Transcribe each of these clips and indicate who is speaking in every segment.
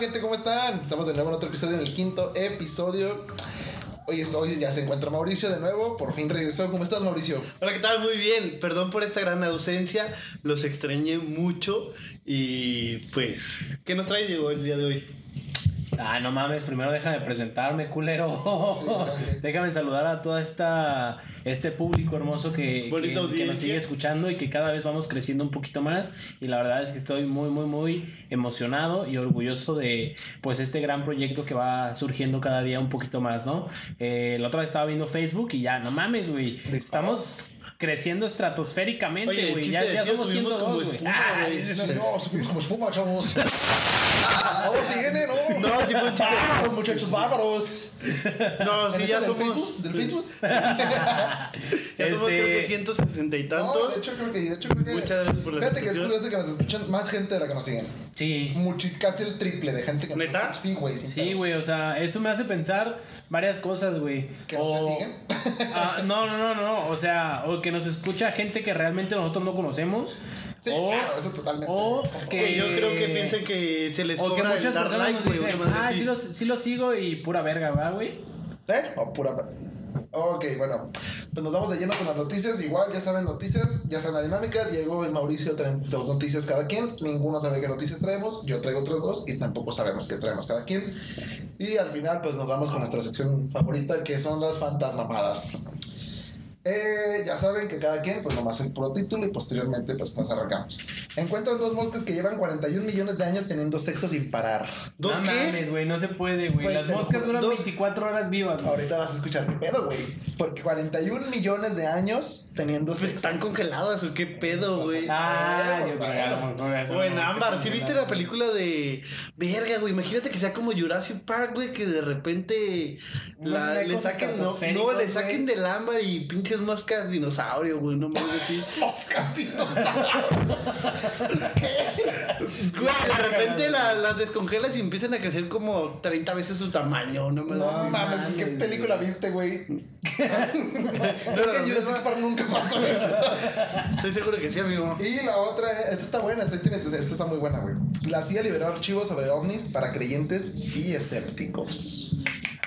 Speaker 1: gente? ¿Cómo están? Estamos de nuevo en otro episodio, en el quinto episodio. Hoy, es- hoy ya se encuentra Mauricio de nuevo, por fin regresó. ¿Cómo estás, Mauricio?
Speaker 2: Hola, ¿qué tal? Muy bien. Perdón por esta gran ausencia. Los extrañé mucho. Y pues, ¿qué nos trae Diego el día de hoy?
Speaker 3: Ah, no mames, primero déjame presentarme, culero.
Speaker 1: Sí, sí, sí.
Speaker 3: déjame saludar a toda esta este público hermoso que,
Speaker 2: Bonita
Speaker 3: que- que
Speaker 2: audiencia.
Speaker 3: nos sigue escuchando y que cada vez vamos creciendo un poquito más y la verdad es que estoy muy muy muy emocionado y orgulloso de pues este gran proyecto que va surgiendo cada día un poquito más, ¿no? Eh, la otra vez estaba viendo Facebook y ya, no mames, güey.
Speaker 1: Disparó.
Speaker 3: Estamos creciendo
Speaker 2: Oye,
Speaker 3: estratosféricamente,
Speaker 2: el
Speaker 3: güey.
Speaker 2: chiste
Speaker 3: Ya,
Speaker 2: de
Speaker 3: ya
Speaker 2: tío
Speaker 3: somos
Speaker 2: subimos como
Speaker 3: 102, güey.
Speaker 2: espuma,
Speaker 3: Ah,
Speaker 2: güey.
Speaker 3: es-
Speaker 1: No, subimos como espuma, chavos. Vamos, viene, ¿no?
Speaker 2: Ah, No, sí fue un chiste.
Speaker 3: Ah,
Speaker 1: Bárbaros, muchachos bárbaros.
Speaker 2: No, sí,
Speaker 1: ¿En
Speaker 2: ya
Speaker 1: esta del
Speaker 2: somos. pues,
Speaker 1: Facebook? ¿Del Facebook?
Speaker 2: Ya somos,
Speaker 3: Este-
Speaker 2: creo que 160 y
Speaker 1: No,
Speaker 2: tantos.
Speaker 1: de hecho, creo que. De hecho, creo que
Speaker 2: Muchas gracias por la
Speaker 1: Fíjate que es
Speaker 2: invitación.
Speaker 1: curioso que nos escuchan más gente de la que nos siguen.
Speaker 3: Sí.
Speaker 1: Muchis, casi el triple de gente que nos
Speaker 2: ¿Neta?
Speaker 1: escucha. Sí, güey. sin
Speaker 3: Sí,
Speaker 1: pedos.
Speaker 3: güey, o sea, eso me hace pensar varias cosas, güey.
Speaker 1: ¿Que no te siguen?
Speaker 3: Ah, no, no, no, no, o sea, o que nos escucha gente que realmente nosotros no conocemos.
Speaker 1: Sí,
Speaker 2: Oh.
Speaker 3: o,
Speaker 1: claro, eso totalmente.
Speaker 3: o que,
Speaker 2: Que yo creo que piensan que se les
Speaker 3: O que
Speaker 2: cobra el
Speaker 3: muchas
Speaker 2: dar
Speaker 3: personas
Speaker 2: like,
Speaker 3: nos
Speaker 2: güey, o
Speaker 3: dicen,
Speaker 2: una madre
Speaker 3: ah,
Speaker 2: así".
Speaker 3: sí lo, sí lo sigo y pura verga, ¿va, güey?
Speaker 1: ¿Eh? O pura. Ok, bueno. Pues nos vamos de lleno con las noticias. Igual, ya saben noticias, ya saben la dinámica. Diego y Mauricio traen dos noticias cada quien. Ninguno sabe qué noticias traemos. Yo traigo otras dos y tampoco sabemos qué traemos cada quien. Y al final, pues nos vamos con nuestra sección favorita, que son las fantasmamadas. Eh, ya saben que cada quien, pues nomás el puro título y posteriormente, pues nos arrancamos. Encuentran dos moscas que llevan 41 millones de años teniendo sexo sin parar.
Speaker 2: ¿Dos
Speaker 3: no
Speaker 2: qué?
Speaker 3: mames, güey, no se puede, güey.
Speaker 1: Güey,
Speaker 3: Las
Speaker 1: te lo
Speaker 3: moscas
Speaker 1: juro,
Speaker 3: duran
Speaker 2: dos-
Speaker 3: 24 horas vivas, güey.
Speaker 1: Ahorita vas a escuchar qué pedo, güey. Porque 41 millones de años teniendo
Speaker 2: Pues,
Speaker 1: sexo.
Speaker 2: ¿Están congeladas o qué pedo, güey?
Speaker 3: Ah,
Speaker 1: Pues,
Speaker 3: yo
Speaker 1: bueno.
Speaker 3: creo que a lo mejor eso
Speaker 2: O en
Speaker 3: no se
Speaker 2: ámbar, ¿sí
Speaker 3: considera.
Speaker 2: viste la película de verga, güey? Imagínate que sea como Jurassic Park, güey, que de repente
Speaker 3: Unos
Speaker 2: la- le
Speaker 3: mecos
Speaker 2: saquen, no,
Speaker 3: estratosféricos,
Speaker 2: no, le
Speaker 3: güey.
Speaker 2: saquen del ámbar y pinches moscas dinosaurio, güey, no mames así.
Speaker 1: Moscas dinosaurios.
Speaker 2: Güey, de repente la- las descongelas y empiezan a crecer como 30 veces su tamaño, no mames.
Speaker 1: No
Speaker 2: así.
Speaker 1: mames, pues, ¿qué
Speaker 3: mames,
Speaker 1: película
Speaker 3: güey.
Speaker 1: viste, güey? Creo que en Jurassic Park nunca pasó eso.
Speaker 2: Estoy seguro que sí, amigo.
Speaker 1: Y la otra, eh, esta está buena, esta, tiene- pues, esta está muy buena, güey. La CIA liberó archivos sobre ovnis para creyentes y escépticos.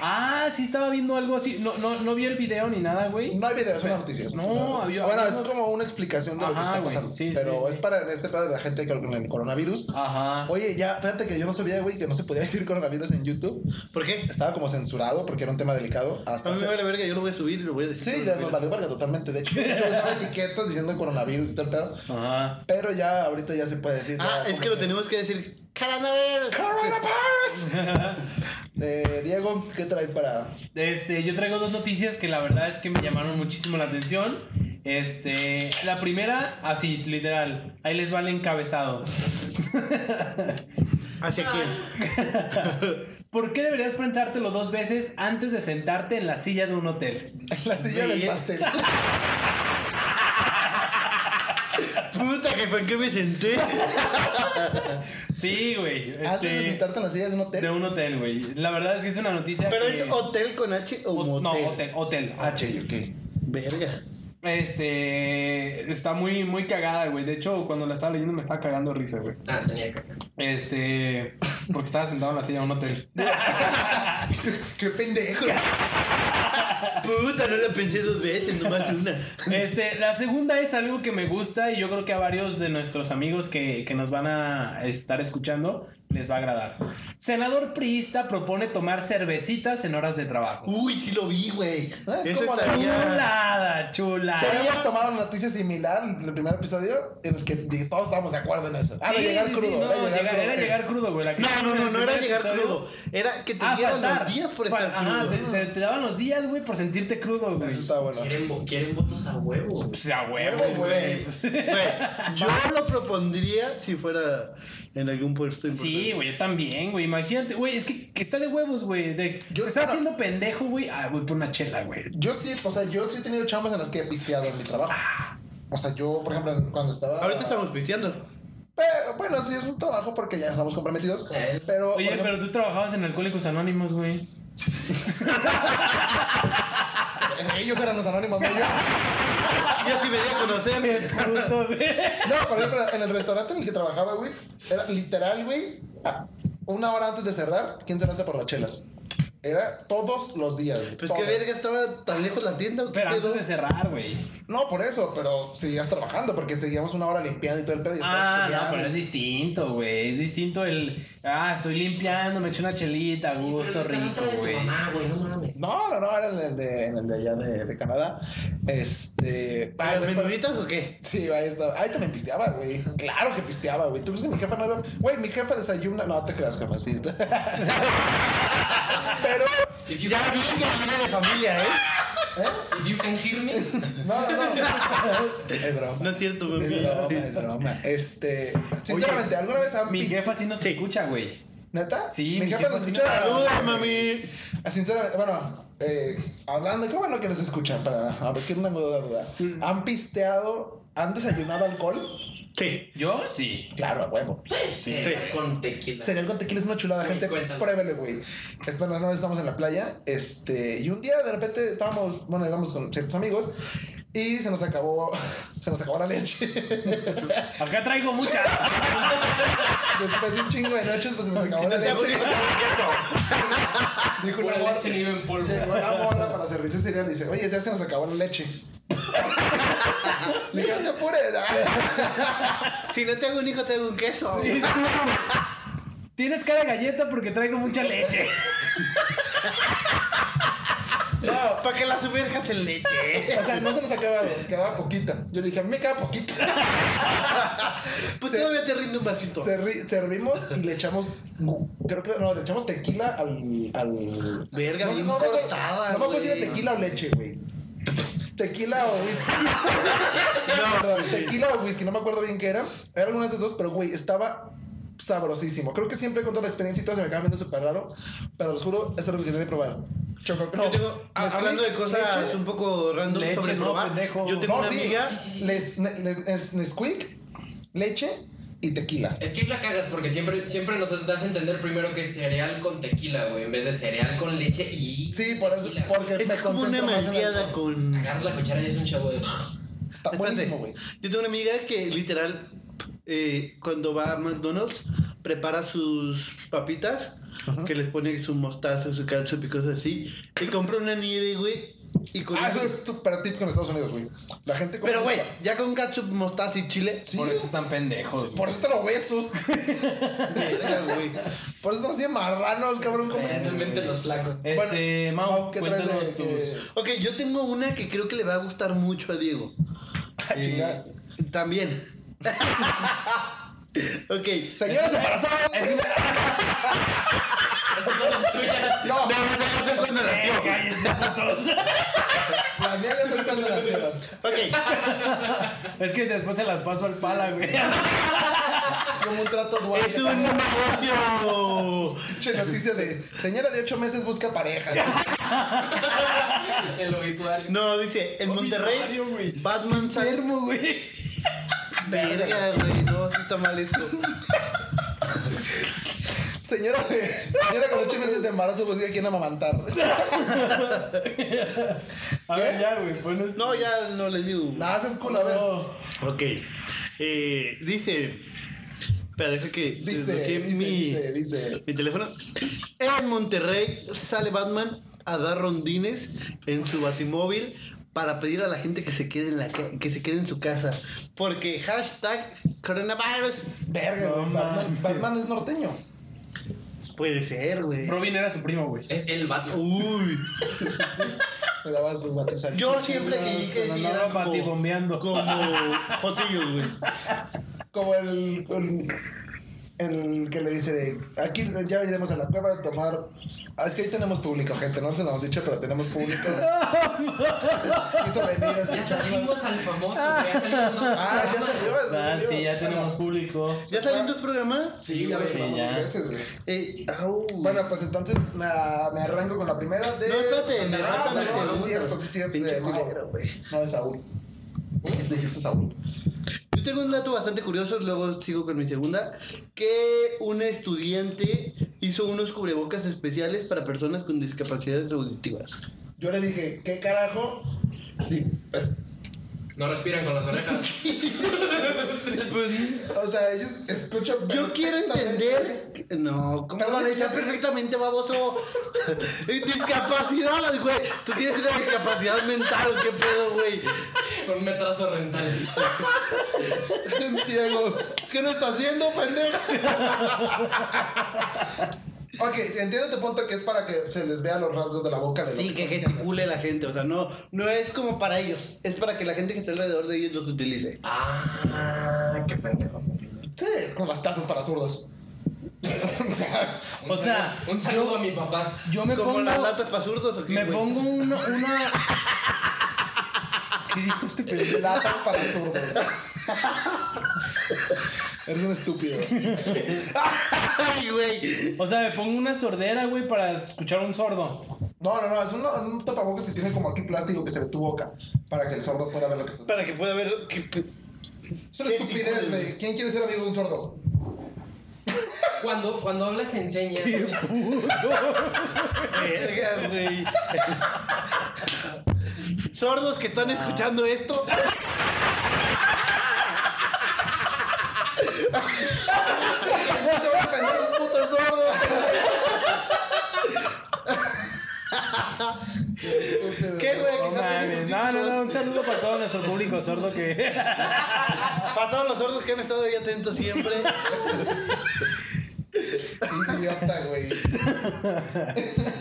Speaker 3: Ah, sí estaba viendo algo así. No, no, no vi el video ni nada, güey.
Speaker 1: No hay videos, son noticias.
Speaker 3: No,
Speaker 1: son
Speaker 3: había-
Speaker 1: Bueno,
Speaker 3: había
Speaker 1: es
Speaker 3: unos-
Speaker 1: como una explicación de lo que
Speaker 3: Ajá,
Speaker 1: está
Speaker 3: güey,
Speaker 1: pasando.
Speaker 3: sí, sí,
Speaker 1: pero
Speaker 3: sí.
Speaker 1: es para este pedo de la gente con el coronavirus.
Speaker 3: Ajá.
Speaker 1: Oye, ya, espérate que yo no sabía, güey, que no se podía decir coronavirus en YouTube.
Speaker 2: ¿Por qué?
Speaker 1: Estaba como censurado porque era un tema delicado.
Speaker 2: A
Speaker 1: Hasta
Speaker 2: mí me
Speaker 1: hace-
Speaker 2: vale verga, yo lo voy a subir y lo voy a decir.
Speaker 1: Sí, ya nos valió verga totalmente. De hecho, yo estaba etiquetas diciendo coronavirus y todo el pedo.
Speaker 3: Ajá.
Speaker 1: Pero ya ahorita ya se puede decir.
Speaker 2: Ah,
Speaker 1: ya,
Speaker 2: es que lo
Speaker 1: como
Speaker 2: tenemos que decir. ¡Caranaver!
Speaker 1: ¡Coronavirus! Eh, Diego, ¿qué traes para.?
Speaker 3: Este, yo traigo dos noticias que la verdad es que me llamaron muchísimo la atención. Este, la primera, así, literal. Ahí les va el encabezado.
Speaker 2: ¿Hacia quién?
Speaker 3: ¿Por qué deberías pensártelo dos veces antes de sentarte en la silla de un hotel?
Speaker 1: La silla
Speaker 2: Güey,
Speaker 1: del
Speaker 2: es-
Speaker 1: pastel.
Speaker 2: Puta, que fue en que me senté.
Speaker 3: Sí, güey.
Speaker 1: Antes de
Speaker 3: este,
Speaker 1: sentarte en la silla de un
Speaker 3: de
Speaker 1: hotel.
Speaker 3: un hotel, güey. La verdad es que es una noticia.
Speaker 2: ¿Pero
Speaker 3: que-
Speaker 2: es hotel con H o,
Speaker 3: o-
Speaker 2: motel?
Speaker 3: No, hotel, hotel. H.
Speaker 2: Verga.
Speaker 3: Este, está muy, muy cagada, güey. De hecho, cuando la estaba leyendo me estaba cagando de risa, güey.
Speaker 4: Ah, tenía que
Speaker 3: Este, porque estaba sentado en la silla de un hotel.
Speaker 1: ¡Qué pendejo!
Speaker 2: Puta, no la pensé dos veces, nomás una.
Speaker 3: Este, la segunda es algo que me gusta y yo creo que a varios de nuestros amigos que, que nos van a estar escuchando les va a agradar. Senador priista propone tomar cervecitas en horas de trabajo.
Speaker 2: Uy, sí lo vi, güey.
Speaker 1: No, es
Speaker 2: Eso
Speaker 1: como la-
Speaker 2: estaría...
Speaker 3: Chulada, chulada.
Speaker 1: Si habíamos tomado una noticia similar en el primer episodio, en el que di- todos estábamos de acuerdo en eso. Ah, de
Speaker 3: Sí,
Speaker 1: llegar
Speaker 3: sí, sí,
Speaker 1: crudo.
Speaker 3: no,
Speaker 1: era llegar
Speaker 3: llegar-
Speaker 1: crudo.
Speaker 3: era
Speaker 1: sí.
Speaker 3: llegar crudo, güey. La que
Speaker 2: No, no,
Speaker 3: en
Speaker 2: no,
Speaker 3: el
Speaker 2: no era
Speaker 3: primer
Speaker 2: llegar
Speaker 3: episodio.
Speaker 2: crudo. Era que te
Speaker 3: Ah,
Speaker 2: dieran
Speaker 3: faltar.
Speaker 2: los días por
Speaker 3: Fal-
Speaker 2: estar
Speaker 3: Ajá, te,
Speaker 2: crudo.
Speaker 3: ah, te- te daban los días, güey, por sentirte crudo, güey.
Speaker 1: Eso está bueno.
Speaker 4: Quieren, vo- quieren votos a huevo.
Speaker 3: O sea, Pues, huevo,
Speaker 1: Huevo,
Speaker 3: güey.
Speaker 1: güey.
Speaker 2: Güey, yo lo propondría si fuera en algún puesto importante.
Speaker 3: Sí, güey, yo también, güey. Imagínate, güey, es que, que está de huevos, güey. De,
Speaker 1: Yo
Speaker 3: te estás
Speaker 1: estaba-
Speaker 3: haciendo pendejo, güey. Ah, güey, por una chela, güey.
Speaker 1: Yo sí, o sea, yo sí he tenido chambas en las que he pisteado en mi trabajo. O sea, yo, por ejemplo, en- cuando estaba.
Speaker 2: Ahorita estamos pisteando.
Speaker 1: Pero, bueno, sí es un trabajo porque ya estamos comprometidos.
Speaker 4: Eh.
Speaker 1: Pero. por
Speaker 3: Oye,
Speaker 1: ejemplo-
Speaker 3: pero tú trabajabas en Alcohólicos Anónimos, güey.
Speaker 1: Ellos eran los anónimos, no yo.
Speaker 2: Yo sí me di a conocer.
Speaker 3: Puto, güey.
Speaker 1: No, por ejemplo, en el restaurante en el que trabajaba, güey, era literal, güey. ah, una hora antes de cerrar, ¿quién se lanza por las chelas? Era todos los días. güey,
Speaker 2: Pues qué
Speaker 1: todas.
Speaker 2: verga, estaba tan lejos la tienda. ¿o qué
Speaker 5: Pero
Speaker 2: pedo?
Speaker 5: antes de cerrar, güey.
Speaker 1: No, por eso, pero seguías trabajando porque seguíamos una hora limpiando y todo el pedo. Y estabas
Speaker 5: Ah, no,
Speaker 1: cheleando
Speaker 5: pero
Speaker 1: y-
Speaker 5: es distinto, güey. Es distinto el. Ah, estoy limpiando, me echo una chelita, a
Speaker 4: Sí,
Speaker 5: gusto,
Speaker 4: pero el
Speaker 5: rico,
Speaker 4: restaurante de tu
Speaker 5: güey.
Speaker 4: mamá, güey, no mames.
Speaker 1: No, no, no, era en el de, en el de allá de, de Canadá. Este.
Speaker 2: ¿Para
Speaker 1: ay, güey, pero-
Speaker 2: menuditas o qué?
Speaker 1: Sí, ahí estaba. Ahí también pisteaba, güey. Claro que pisteaba, güey. Tú ves que mi jefa no iba. Güey, mi jefa desayuna. No te creas, jefa, sí. Pero.
Speaker 4: If you,
Speaker 2: Ya vi que viene de familia, ¿eh?
Speaker 4: if you can hear me.
Speaker 1: No, no, no. Es broma.
Speaker 2: No es cierto,
Speaker 1: es
Speaker 2: mami.
Speaker 1: broma, es broma. Este. Sinceramente, ¿alguna vez han
Speaker 5: Mi
Speaker 1: piste-
Speaker 5: jefa sí nos escucha, güey.
Speaker 1: ¿Neta?
Speaker 5: Sí, mi
Speaker 1: mi jefa
Speaker 5: jefa
Speaker 1: nos
Speaker 5: sí
Speaker 1: escucha.
Speaker 5: me
Speaker 2: Saludos, mami.
Speaker 1: Ah, Sinceramente, bueno, eh, hablando, qué bueno que nos escuchan para abrir una duda, duda.
Speaker 4: Mm.
Speaker 1: ¿Han pisteado, han desayunado alcohol?
Speaker 2: Sí.
Speaker 5: ¿Yo? Sí.
Speaker 1: Claro, a huevo.
Speaker 4: Cereal con tequila.
Speaker 1: Cereal con tequila es una chulada,
Speaker 4: Sí,
Speaker 1: gente.
Speaker 4: cuéntalo.
Speaker 1: Pruébelo, güey. Es bueno, una vez estamos en la playa, este, y un día de repente estábamos, bueno, íbamos con ciertos amigos y se nos acabó, se nos acabó la leche.
Speaker 5: Acá traigo muchas.
Speaker 1: Después de un chingo de noches, pues se nos acabó la
Speaker 2: te
Speaker 1: leche. Dijo una
Speaker 4: Pura
Speaker 1: morra,
Speaker 4: leche nido en polvo.
Speaker 1: llegó una morra para servirse cereal y dice, oye, ya se nos acabó la leche. Le dije, no te apures.
Speaker 2: Si no tengo un hijo, tengo un queso.
Speaker 5: Tienes cara de galleta porque traigo mucha leche.
Speaker 1: No,
Speaker 2: Para que la sumerjas en leche.
Speaker 1: o sea, no se nos acababa, nos quedaba poquita. Yo le dije, a mí me queda poquita.
Speaker 2: Pues
Speaker 1: Sí.
Speaker 2: todavía te rinde un vasito.
Speaker 1: Serri- servimos y le echamos, creo que, no, le echamos tequila al... al
Speaker 2: Verga,
Speaker 1: no, sé,
Speaker 2: bien
Speaker 1: no, me acuerdo-
Speaker 2: cortada,
Speaker 1: no me acuerdo si era
Speaker 2: güey.
Speaker 1: tequila o leche, güey. Tequila o whisky. Perdón, tequila o whisky, no me acuerdo bien qué era. Era alguna de esas dos, pero güey, estaba sabrosísimo. Creo que siempre he contado la experiencia y todo se me acaba viendo súper raro. Pero los juro, es algo que quería probar. Choco, no,
Speaker 2: Yo tengo, a-
Speaker 1: mezclé
Speaker 2: hablando de cosas
Speaker 1: leche,
Speaker 2: un poco random
Speaker 5: Leche,
Speaker 2: sobre
Speaker 5: no,
Speaker 2: probar,
Speaker 5: pendejo.
Speaker 2: yo tengo
Speaker 1: No,
Speaker 2: una
Speaker 1: sí.
Speaker 2: amiga.
Speaker 4: Sí, sí, sí, sí.
Speaker 1: les, ne- les- es Nesquik, leche y tequila.
Speaker 4: Es que la cagas porque siempre, siempre nos das a entender primero que es cereal con tequila, güey, en vez de cereal con leche y.
Speaker 1: Sí, por eso,
Speaker 4: tequila.
Speaker 1: porque
Speaker 2: Es
Speaker 1: me
Speaker 2: como una
Speaker 1: concentro más en el
Speaker 2: malteada
Speaker 1: alcohol.
Speaker 2: con.
Speaker 4: Agarras la cuchara y es un chavo de.
Speaker 1: Está buenísimo, güey.
Speaker 2: Espérate, Yo tengo una amiga que literal, eh, cuando va a McDonald's, prepara sus papitas, que les pone su mostaza, su ketchup y cosas así, y compra una nieve, güey. Y con
Speaker 1: Ah,
Speaker 2: eso-
Speaker 1: eso es súper típico en Estados Unidos, güey. La gente come
Speaker 2: Pero, güey,
Speaker 1: sus-
Speaker 2: ya con ketchup, mostaza y chile.
Speaker 1: Sí,
Speaker 5: Por eso están pendejos.
Speaker 1: por
Speaker 5: güey.
Speaker 1: eso están los huesos.
Speaker 2: verga, güey.
Speaker 1: Por eso están así de marranos, cabrón. como-
Speaker 4: Realmente los flacos.
Speaker 5: Este,
Speaker 1: Bueno,
Speaker 5: Mau,
Speaker 1: ¿qué traes de-
Speaker 5: cuéntanos
Speaker 1: que-
Speaker 5: tus.
Speaker 2: Ok, yo tengo una que creo que le va a gustar mucho a Diego.
Speaker 1: Ah,
Speaker 2: eh,
Speaker 1: chinga.
Speaker 2: También. ok.
Speaker 1: Señoras embarazadas.
Speaker 4: Esas son las tuyas.
Speaker 1: No,
Speaker 2: cuando nació.
Speaker 5: Eh, cállense, putos.
Speaker 1: las mías ya son cuando nacieron.
Speaker 2: Ok.
Speaker 5: Es que después se las paso al pala, güey.
Speaker 1: Es como un trato dual.
Speaker 2: Es un negocio.
Speaker 1: Che, noticia de señora de ocho meses busca pareja.
Speaker 4: El obituario.
Speaker 2: No, dice, en Monterrey,
Speaker 5: Obituario, güey.
Speaker 2: Batman sale.
Speaker 5: Enfermo, güey.
Speaker 2: Verga, güey. No, sí está mal esto.
Speaker 1: Señora de señora con ocho meses de embarazo busca a quien amamantar.
Speaker 5: A ver, ya, güey. Pues no es-
Speaker 2: No, ya no les digo.
Speaker 1: Nada, haces culo, a ver.
Speaker 5: No.
Speaker 2: Ok. Eh, dice. Espera, deja que.
Speaker 1: Dice,
Speaker 2: desbloquee
Speaker 1: dice,
Speaker 2: mi-
Speaker 1: dice, dice.
Speaker 2: Mi teléfono. En Monterrey sale Batman a dar rondines en su batimóvil para pedir a la gente que se quede en la ca- que se quede en su casa. Porque hashtag coronavirus
Speaker 1: Verga,
Speaker 5: No
Speaker 1: güey. Batman,
Speaker 5: mames.
Speaker 1: Batman es norteño.
Speaker 2: puede ser, güey.
Speaker 5: Robin era su primo, güey.
Speaker 1: Eh,
Speaker 4: Es el vato.
Speaker 5: Uh.
Speaker 2: Uy.
Speaker 1: Sí, sí. Me daba su guatezal.
Speaker 2: Yo siempre que
Speaker 5: Se
Speaker 2: dije
Speaker 5: lo
Speaker 2: sí,
Speaker 5: andaba
Speaker 2: era como,
Speaker 5: batibombeando.
Speaker 2: como jotillos, güey.
Speaker 1: Como el, el, el que le dice de, aquí ya iremos a la cueva a tomar. Ah, es que ahí tenemos público, gente. No se lo hemos dicho, pero tenemos público. Quiso venir a
Speaker 4: Ya
Speaker 1: escucharnos.
Speaker 4: trajimos al famoso, güey. Ya salieron dos
Speaker 1: Ah, ya salió. ya
Speaker 5: Ah,
Speaker 1: salió.
Speaker 5: sí, ya tenemos
Speaker 1: Bueno,
Speaker 5: público.
Speaker 2: ¿Ya salieron tus programas?
Speaker 1: Sí, ya lo
Speaker 5: Sí,
Speaker 1: grabamos
Speaker 5: ya.
Speaker 1: dos veces, güey.
Speaker 2: Eh, au.
Speaker 1: Bueno, pues entonces me, me arranco con la primera de.
Speaker 2: No, espérate, me
Speaker 1: Ah,
Speaker 2: falta
Speaker 1: no,
Speaker 2: mi
Speaker 1: no,
Speaker 2: segundo.
Speaker 1: es cierto, sí, es cierto.
Speaker 2: Pinche
Speaker 1: de Mau.
Speaker 2: culero, güey. ¿Eh?
Speaker 1: No, es Saúl. Dijiste Saúl.
Speaker 2: Yo tengo un dato bastante curioso, luego sigo con mi segunda, que un estudiante hizo unos cubrebocas especiales para personas con discapacidades auditivas.
Speaker 1: Yo le dije, ¿qué carajo? Sí, pues,
Speaker 4: No respiran con las orejas.
Speaker 1: O sea, ellos escuchan.
Speaker 2: Yo quiero
Speaker 1: perfectamente.
Speaker 2: entender. que- No, ¿cómo
Speaker 1: Perdón,
Speaker 2: no?
Speaker 1: ya
Speaker 2: Estás
Speaker 1: sé.
Speaker 2: perfectamente baboso. discapacidad, güey. Tú tienes una discapacidad mental, ¿qué pedo, güey?
Speaker 4: Con un metrazo rental.
Speaker 1: Ciego. ¿Qué no estás viendo, pendejo? ok, entiendo tu punto que es para que se les vea los rasgos de la boca de lo
Speaker 2: Sí, que
Speaker 1: están diciendo.
Speaker 2: gesticule la gente. O sea, no, no es como para ellos. Es para que la gente que está alrededor de ellos los utilice.
Speaker 4: Ah, qué pendejo.
Speaker 1: Sí, es como las tazas para zurdos. o sea,
Speaker 4: Un
Speaker 5: O sea,
Speaker 4: saludo- un saludo a mi papá.
Speaker 5: Yo me
Speaker 2: Como
Speaker 5: pongo.
Speaker 2: las latas para zurdos o qué,
Speaker 5: me
Speaker 2: güey?
Speaker 5: pongo una. una- ¿Qué dijo este pendejo?
Speaker 1: latas para zurdos. Eres un estúpido.
Speaker 2: Ay, güey.
Speaker 5: O sea, me pongo una sordera, güey, para escuchar a un sordo.
Speaker 1: No, no, no, es un, un tapabocas que tiene como aquí plástico que se ve tu boca para que el sordo pueda ver lo que estás
Speaker 2: Para que pueda ver. que- que-
Speaker 1: Es una estupidez,
Speaker 2: Gesticule.
Speaker 1: güey. ¿Quién quiere ser amigo de un sordo?
Speaker 4: Cuando, cuando hablas enseña.
Speaker 2: Verga, güey. Sordos que están escuchando esto.
Speaker 1: ¡Se va a ofender un puto sordo!
Speaker 2: ¿Qué, güey?
Speaker 5: No,
Speaker 2: Quizás
Speaker 5: mames. no,
Speaker 2: tiene subtítulos.
Speaker 5: no, no, un saludo para todo nuestro público sordo que.
Speaker 2: Para todos los sordos que han estado ahí atentos siempre.
Speaker 1: Idiota, güey.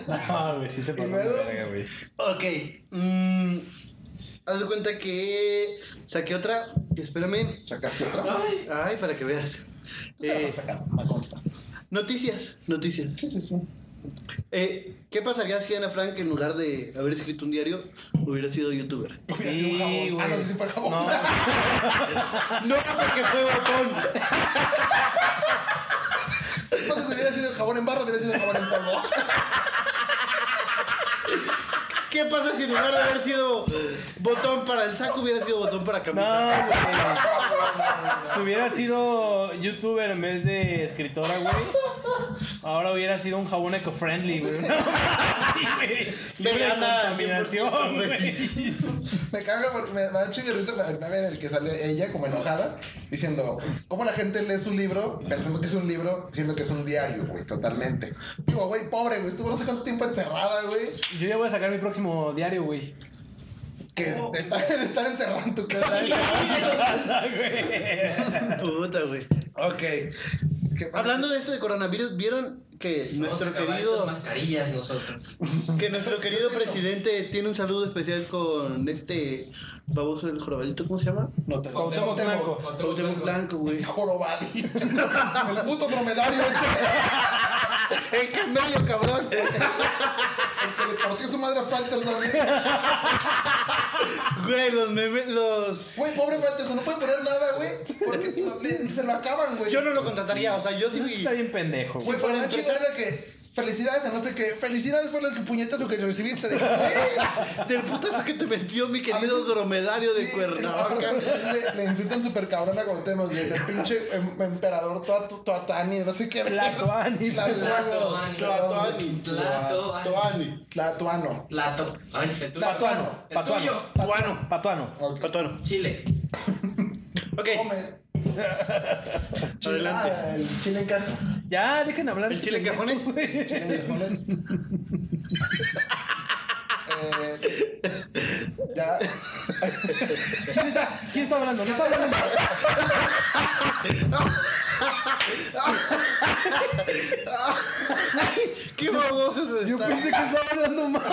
Speaker 5: Ah, güey, sí se pasó de
Speaker 1: luego?
Speaker 5: verga, güey.
Speaker 2: Ok. mm, haz de cuenta que saqué otra. Espérame.
Speaker 1: ¿Sacaste otra?
Speaker 2: Ay, para que veas.
Speaker 1: Te la
Speaker 2: Eh,
Speaker 1: vas a sacar, me consta.
Speaker 2: noticias, noticias.
Speaker 1: Sí, sí, sí.
Speaker 2: Eh, ¿Qué pasaría si Ana Frank, en lugar de haber escrito un diario, hubiera sido youtuber?
Speaker 1: Hubiera sido un jabón.
Speaker 5: Sí,
Speaker 1: Ah, no,
Speaker 5: güey.
Speaker 1: sí, sí fue jabón.
Speaker 5: No.
Speaker 2: No, porque fue botón.
Speaker 1: Entonces hubiera sido el jabón en barro, hubiera sido el jabón en polvo.
Speaker 2: ¿Qué pasa si en lugar de haber sido botón para el saco, hubiera sido botón para
Speaker 5: No,
Speaker 2: camisa?
Speaker 5: güey. Si hubiera sido youtuber en vez de escritora, güey, ahora hubiera sido un jabón eco-friendly, güey. Una mamada así, güey. Libre de
Speaker 2: Vegana,
Speaker 5: contaminación,
Speaker 2: 100%,
Speaker 5: güey.
Speaker 1: Me caga porque me, me da un chingo de risa la la vez en el que sale ella como enojada diciendo cómo la gente lee su libro pensando que es un libro, siendo que es un diario, güey, totalmente. Digo, güey, pobre, güey, estuvo no sé cuánto tiempo encerrada, güey,
Speaker 5: Yo ya voy a sacar mi próximo diario, güey.
Speaker 1: que
Speaker 5: Oh.
Speaker 1: de estar, de estar encerrada en tu casa.
Speaker 5: ¿Qué pasa, güey?
Speaker 2: Puta, güey.
Speaker 1: ok. ¿Qué pasa?
Speaker 2: Hablando de esto de coronavirus, ¿vieron que
Speaker 4: Vamos a
Speaker 2: nuestro
Speaker 4: acabar
Speaker 2: querido,
Speaker 4: estas mascarillas nosotros.
Speaker 2: que nuestro querido presidente tiene un saludo especial con este baboso del jorobadito, ¿cómo se llama?
Speaker 1: No te lo
Speaker 5: Cuauhtémoc Blanco.
Speaker 2: Cuauhtémoc Blanco, güey.
Speaker 1: Jorobadillo. El puto dromedario ese.
Speaker 2: El camello, cabrón.
Speaker 1: El que le partió su madre a Falters, güey.
Speaker 2: Güey, los memes, los...
Speaker 1: Güey, pobre Falters, no puede poner nada, güey. Porque le- se lo acaban, güey.
Speaker 2: Yo no lo contrataría, o sea, yo
Speaker 5: Eso
Speaker 2: sí...
Speaker 5: Está bien pendejo, güey.
Speaker 1: Güey, fue una chingadera que. Felicidades a no sé qué. Felicidades por las puñetas o que recibiste. Dije, güey.
Speaker 2: Del putazo que te metió mi querido dromedario de
Speaker 1: Sí,
Speaker 2: Cuernavaca.
Speaker 1: aparte, Le, le insultan súper cabrón a Cuauhtémoc. Y el pinche em- emperador toa- Toatani, no sé qué.
Speaker 5: Tlatoani.
Speaker 1: Tlatuano.
Speaker 4: Tlatoani.
Speaker 1: Tlatoani.
Speaker 4: Tlatoani.
Speaker 2: Tlatoani.
Speaker 1: Tlatuano.
Speaker 4: Plato. Ay, el tuyo.
Speaker 1: Platuano.
Speaker 4: El tuyo.
Speaker 2: Tuano.
Speaker 5: Patuano.
Speaker 1: Ok.
Speaker 2: Tuano.
Speaker 4: Chile.
Speaker 2: Ok,
Speaker 1: Come.
Speaker 2: adelante.
Speaker 1: Ah, el chile en caja.
Speaker 5: Ya, dejen hablar.
Speaker 2: ¿El chile en cajones?
Speaker 1: Chile en cajones. Eh, ya.
Speaker 5: ¿Quién está, quién está hablando? No está hablando.
Speaker 2: Qué babosos están.
Speaker 5: Yo pensé que estaba hablando más.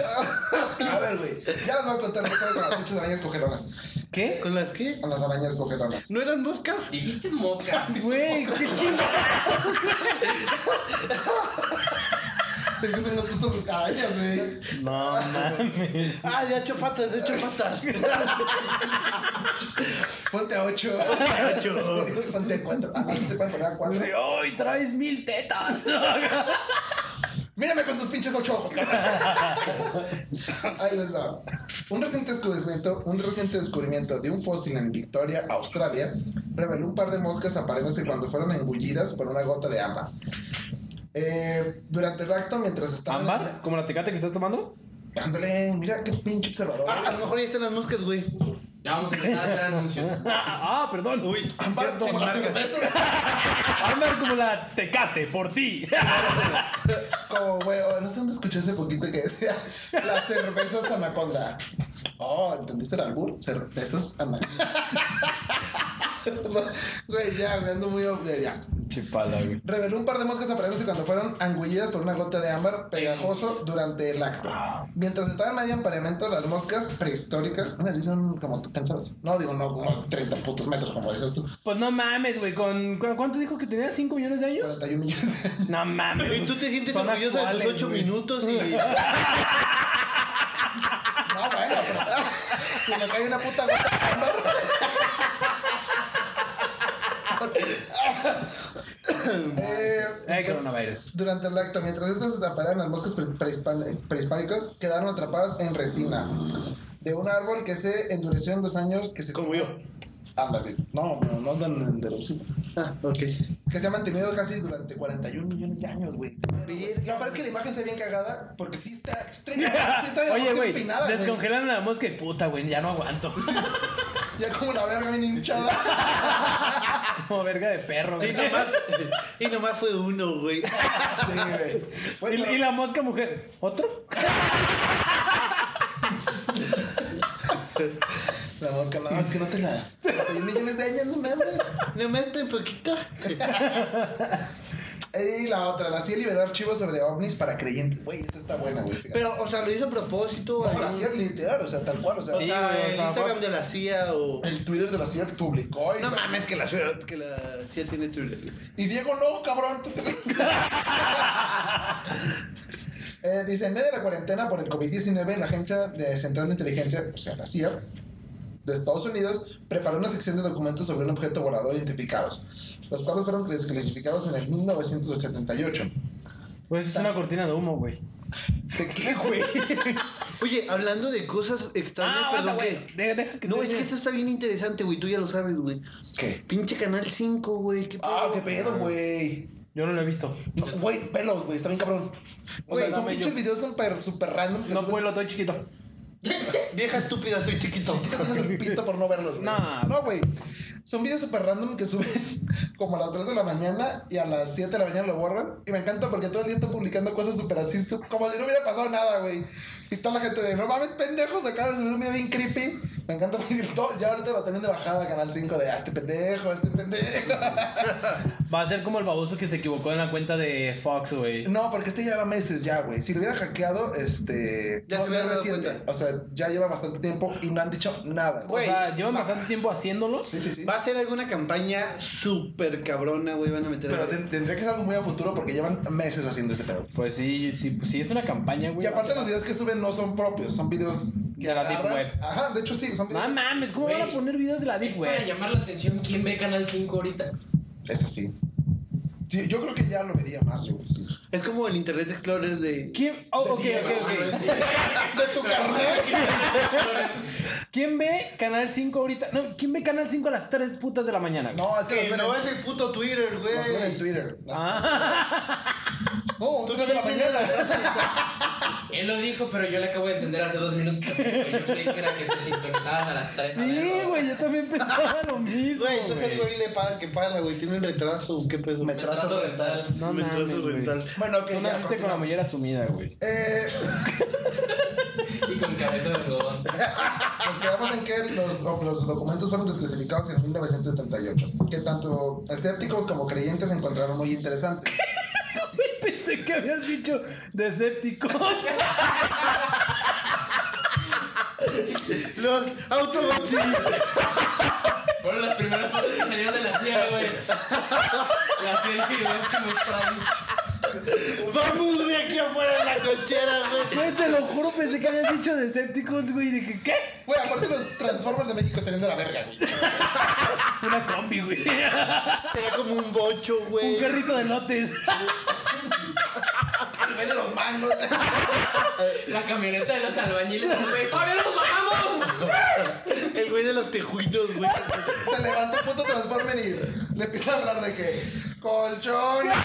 Speaker 1: A ver, güey. Ya les voy a contar la historia con las pinches arañas cogeronas.
Speaker 5: ¿Qué?
Speaker 2: ¿Con las qué?
Speaker 1: Con las arañas cogeronas.
Speaker 2: ¿No eran moscas?
Speaker 4: Dijiste moscas.
Speaker 5: Güey, qué chingada.
Speaker 1: Es que son unas putas arañas, güey.
Speaker 5: No mames.
Speaker 2: Ah, de ocho patas, de ocho patas.
Speaker 1: Ponte a 8.
Speaker 2: ocho.
Speaker 1: Ponte a 4. Ah, no se pueden poner a 4.
Speaker 5: De hoy traes mil tetas.
Speaker 1: Mírame con tus pinches 8 ojos, cabrón. Ahí les va. Un reciente descubrimiento, un reciente descubrimiento de un fósil en Victoria, Australia, reveló un par de moscas apareciéndose cuando fueron engullidas por una gota de ámbar. Eh, durante el acto, mientras estaban.
Speaker 5: ¿Ámbar? ¿Como la tecate que estás tomando?
Speaker 1: Ándale, mira qué pinche observador.
Speaker 2: Ah, a lo mejor ya están las moscas, güey.
Speaker 4: Ya vamos a empezar a hacer anuncios.
Speaker 3: Ah, ah, perdón. Uy,
Speaker 1: Ámbar, toma la cerveza.
Speaker 3: Ámbar como la tecate, por ti.
Speaker 1: Como, güey, oh, no sé dónde escuché hace poquito que decía las cervezas anaconda. Oh, ¿entendiste el albur? Cervezas anaconda. No, Güey, ya, me ando muy. ob- Ya.
Speaker 3: Chipala, güey.
Speaker 1: Reveló un par de moscas apareándose cuando fueron angullidas por una gota de ámbar pegajoso durante el acto. Mientras estaban ahí en paramento, las moscas prehistóricas, unas dicen como tú pensabas, no digo no como 30 putos metros como dices tú,
Speaker 3: Pues no mames, güey. ¿Con, con- cuánto dijo que tenía? ¿5 millones de años?
Speaker 1: 41 millones de años.
Speaker 3: No mames.
Speaker 2: Y
Speaker 3: güey.
Speaker 2: tú te sientes
Speaker 3: Son
Speaker 2: orgulloso de
Speaker 3: actuales,
Speaker 2: tus ocho
Speaker 3: güey.
Speaker 2: minutos y.
Speaker 1: No, bueno, pero si le cae una puta gota de ámbar. Eh,
Speaker 3: Ay, coronavirus.
Speaker 1: Durante el acto, mientras estas desaparecían, las moscas pre- prehispan- prehispánicas quedaron atrapadas en resina de un árbol que se endureció en dos años que se
Speaker 2: Como yo.
Speaker 1: Ándale. No, no, no andan en deducción.
Speaker 2: Ah, ok.
Speaker 1: Que se ha mantenido casi durante 41 millones de años, güey. La verdad es que la imagen se ve bien cagada porque sí está extrema. sí está de la
Speaker 3: Oye,
Speaker 1: mosca
Speaker 3: güey,
Speaker 1: empinada, güey.
Speaker 3: descongelaron a la mosca y puta, güey, ya no aguanto.
Speaker 1: Ya como la verga bien hinchada.
Speaker 3: Como verga de perro,
Speaker 2: Y
Speaker 3: güey.
Speaker 2: nomás, y nomás fue uno, güey.
Speaker 1: sí, güey. Güey,
Speaker 3: Y,
Speaker 1: pero-
Speaker 3: y la mosca mujer, ¿otro?
Speaker 1: La mosca, no, es que no te la. 41 millones de años, no mames.
Speaker 2: Nomás tan poquito.
Speaker 1: Y la otra, la CIA liberó archivos sobre ovnis para creyentes. Güey, esta está buena, güey. fíjate.
Speaker 2: Pero, o sea, lo hizo a propósito.
Speaker 1: No, la
Speaker 2: algún-
Speaker 1: CIA literal, o sea, tal cual, o sea.
Speaker 2: O
Speaker 3: Sí,
Speaker 2: sea,
Speaker 3: güey, o
Speaker 2: el
Speaker 3: sea,
Speaker 2: Instagram
Speaker 3: fue-
Speaker 2: de la CIA o.
Speaker 1: El Twitter de la CIA publicó y.
Speaker 2: No mames, que la, CIA que la CIA tiene Twitter.
Speaker 1: Y Diego, no, cabrón. tú te- Eh, dice, en medio de la cuarentena por el COVID-19, la Agencia de Central de Inteligencia, o sea, la CIA, de Estados Unidos, preparó una sección de documentos sobre un objeto volador identificados, los cuales fueron desclasificados en el 1978.
Speaker 3: Pues es una cortina de humo, güey.
Speaker 1: ¿De qué, güey?
Speaker 2: Oye, hablando de cosas extrañas, perdón, que.
Speaker 3: Ah, Deja, deja que
Speaker 2: No, es
Speaker 3: termine.
Speaker 2: Ah, que esto está bien interesante, güey. Tú ya lo sabes, güey.
Speaker 1: ¿Qué?
Speaker 2: Pinche Canal 5, güey. ¿Qué
Speaker 1: Ah,
Speaker 2: pedo?
Speaker 1: qué pedo, güey.
Speaker 3: Yo no lo he visto.
Speaker 1: No, Güey, pelos, güey, está bien cabrón. O
Speaker 3: Güey,
Speaker 1: sea, son
Speaker 3: dame
Speaker 1: pinches
Speaker 3: yo.
Speaker 1: videos super, super random. que
Speaker 3: No
Speaker 1: suben-
Speaker 3: puedo, estoy chiquito.
Speaker 2: Vieja estúpida, estoy chiquito.
Speaker 1: Chiquito tienes el pito por no verlos, güey.
Speaker 3: No.
Speaker 1: No, güey. Son videos super random que suben como a las 3 de la mañana y a las 7 de la mañana lo borran. Y me encanta porque todo el día están publicando cosas super así, su- como si no hubiera pasado nada, güey. Y toda la gente de, no mames, pendejos, acaba de subir un video bien creepy. Me encanta porque todo, ya ahorita lo tienen de bajada a Canal 5 de, ah, este pendejo, este pendejo.
Speaker 3: Va a ser como el baboso que se equivocó en la cuenta de Fox, güey.
Speaker 1: No, porque este lleva meses ya, güey. Si lo hubiera hackeado, este...
Speaker 2: Ya
Speaker 1: no,
Speaker 2: se hubiera
Speaker 1: no es
Speaker 2: dado
Speaker 1: reciente.
Speaker 2: cuenta.
Speaker 1: O sea, ya lleva bastante tiempo y no han dicho nada.
Speaker 3: O
Speaker 1: güey.
Speaker 2: Güey,
Speaker 3: sea, llevan bastante tiempo haciéndolo.
Speaker 1: Sí, sí, sí.
Speaker 2: Va a ser alguna campaña súper cabrona, güey. Van a meter.
Speaker 1: Pero ten- tendría que ser algo muy a futuro porque llevan meses haciendo ese pedo.
Speaker 3: Pues sí, sí, pues sí, es una campaña,
Speaker 1: Y
Speaker 3: güey.
Speaker 1: aparte los videos que suben no son propios, son videos que
Speaker 3: De la deep
Speaker 1: agarran-
Speaker 3: web.
Speaker 1: Ajá, de hecho sí, son
Speaker 3: No
Speaker 1: videos.
Speaker 3: mames, ¿cómo van a
Speaker 4: Güey.
Speaker 3: poner videos de la
Speaker 4: Es
Speaker 3: Deep,
Speaker 4: para
Speaker 3: güey?
Speaker 4: llamar la atención quién ve Canal 5 ahorita.
Speaker 1: Eso sí. Sí, yo creo que ya lo vería más yo. sí.
Speaker 2: Es como el Internet Explorer de.
Speaker 3: ¿Quién? Oh, ok,
Speaker 1: Diego,
Speaker 3: ok,
Speaker 4: Ah, no,
Speaker 3: ok.
Speaker 4: es-
Speaker 1: De tu carnal.
Speaker 3: ¿Quién ve Canal 5 ahorita? No, ¿quién ve Canal 5 a las 3 putas de la mañana? güey?
Speaker 1: No, es que,
Speaker 2: Que
Speaker 1: los
Speaker 2: no
Speaker 1: suben,
Speaker 2: es el puto Twitter, güey.
Speaker 1: en, los suben en Twitter. Las- No,
Speaker 3: Ah.
Speaker 2: Tú
Speaker 1: tú de la
Speaker 2: también
Speaker 1: mañana.
Speaker 4: Él lo dijo, pero yo le acabo de entender hace dos minutos también, güey. Yo creí que era que te sintonizabas a las 3.
Speaker 3: Sí, güey, yo también pensaba lo mismo.
Speaker 2: Güey, entonces el güey le paga que paga, güey. Tiene un retraso, ¿qué pedo?
Speaker 1: Me trazo
Speaker 4: Trazo
Speaker 1: dental.
Speaker 4: dental.
Speaker 3: No mames,
Speaker 2: retraso
Speaker 3: güey.
Speaker 2: mental.
Speaker 1: Bueno, ok,
Speaker 3: Tú
Speaker 1: ya,
Speaker 3: naciste con la
Speaker 1: continuamos.
Speaker 3: mollera sumida, güey.
Speaker 1: Eh,
Speaker 4: Y con cabeza de algodón.
Speaker 1: nos quedamos en que los, los documentos fueron desclasificados en 1978, que tanto escépticos como creyentes encontraron muy interesantes.
Speaker 3: Pensé que habías dicho Decepticons.
Speaker 2: Los Autobots.
Speaker 4: Fueron las primeras fotos que salieron de la CIA, güey. La CIA escribió que no es para mí.
Speaker 2: Vamos, güey, aquí afuera de la cochera, güey.
Speaker 3: Güey, te lo juro, pensé que habías dicho Decepticons, güey. Y dije, ¿qué?
Speaker 1: Güey, aparte los Transformers de México están yendo a la verga, güey.
Speaker 3: Una combi, güey.
Speaker 2: Sería como un bocho,
Speaker 3: Un
Speaker 2: güey.
Speaker 3: carrito de notes.
Speaker 1: Vende los mangos.
Speaker 4: La camioneta de los albañiles, güey. ¡Todavía no nos bajamos!
Speaker 2: El güey de los tejuinos, güey.
Speaker 1: Se levanta un puto Transformer y le empieza a hablar de que colchón.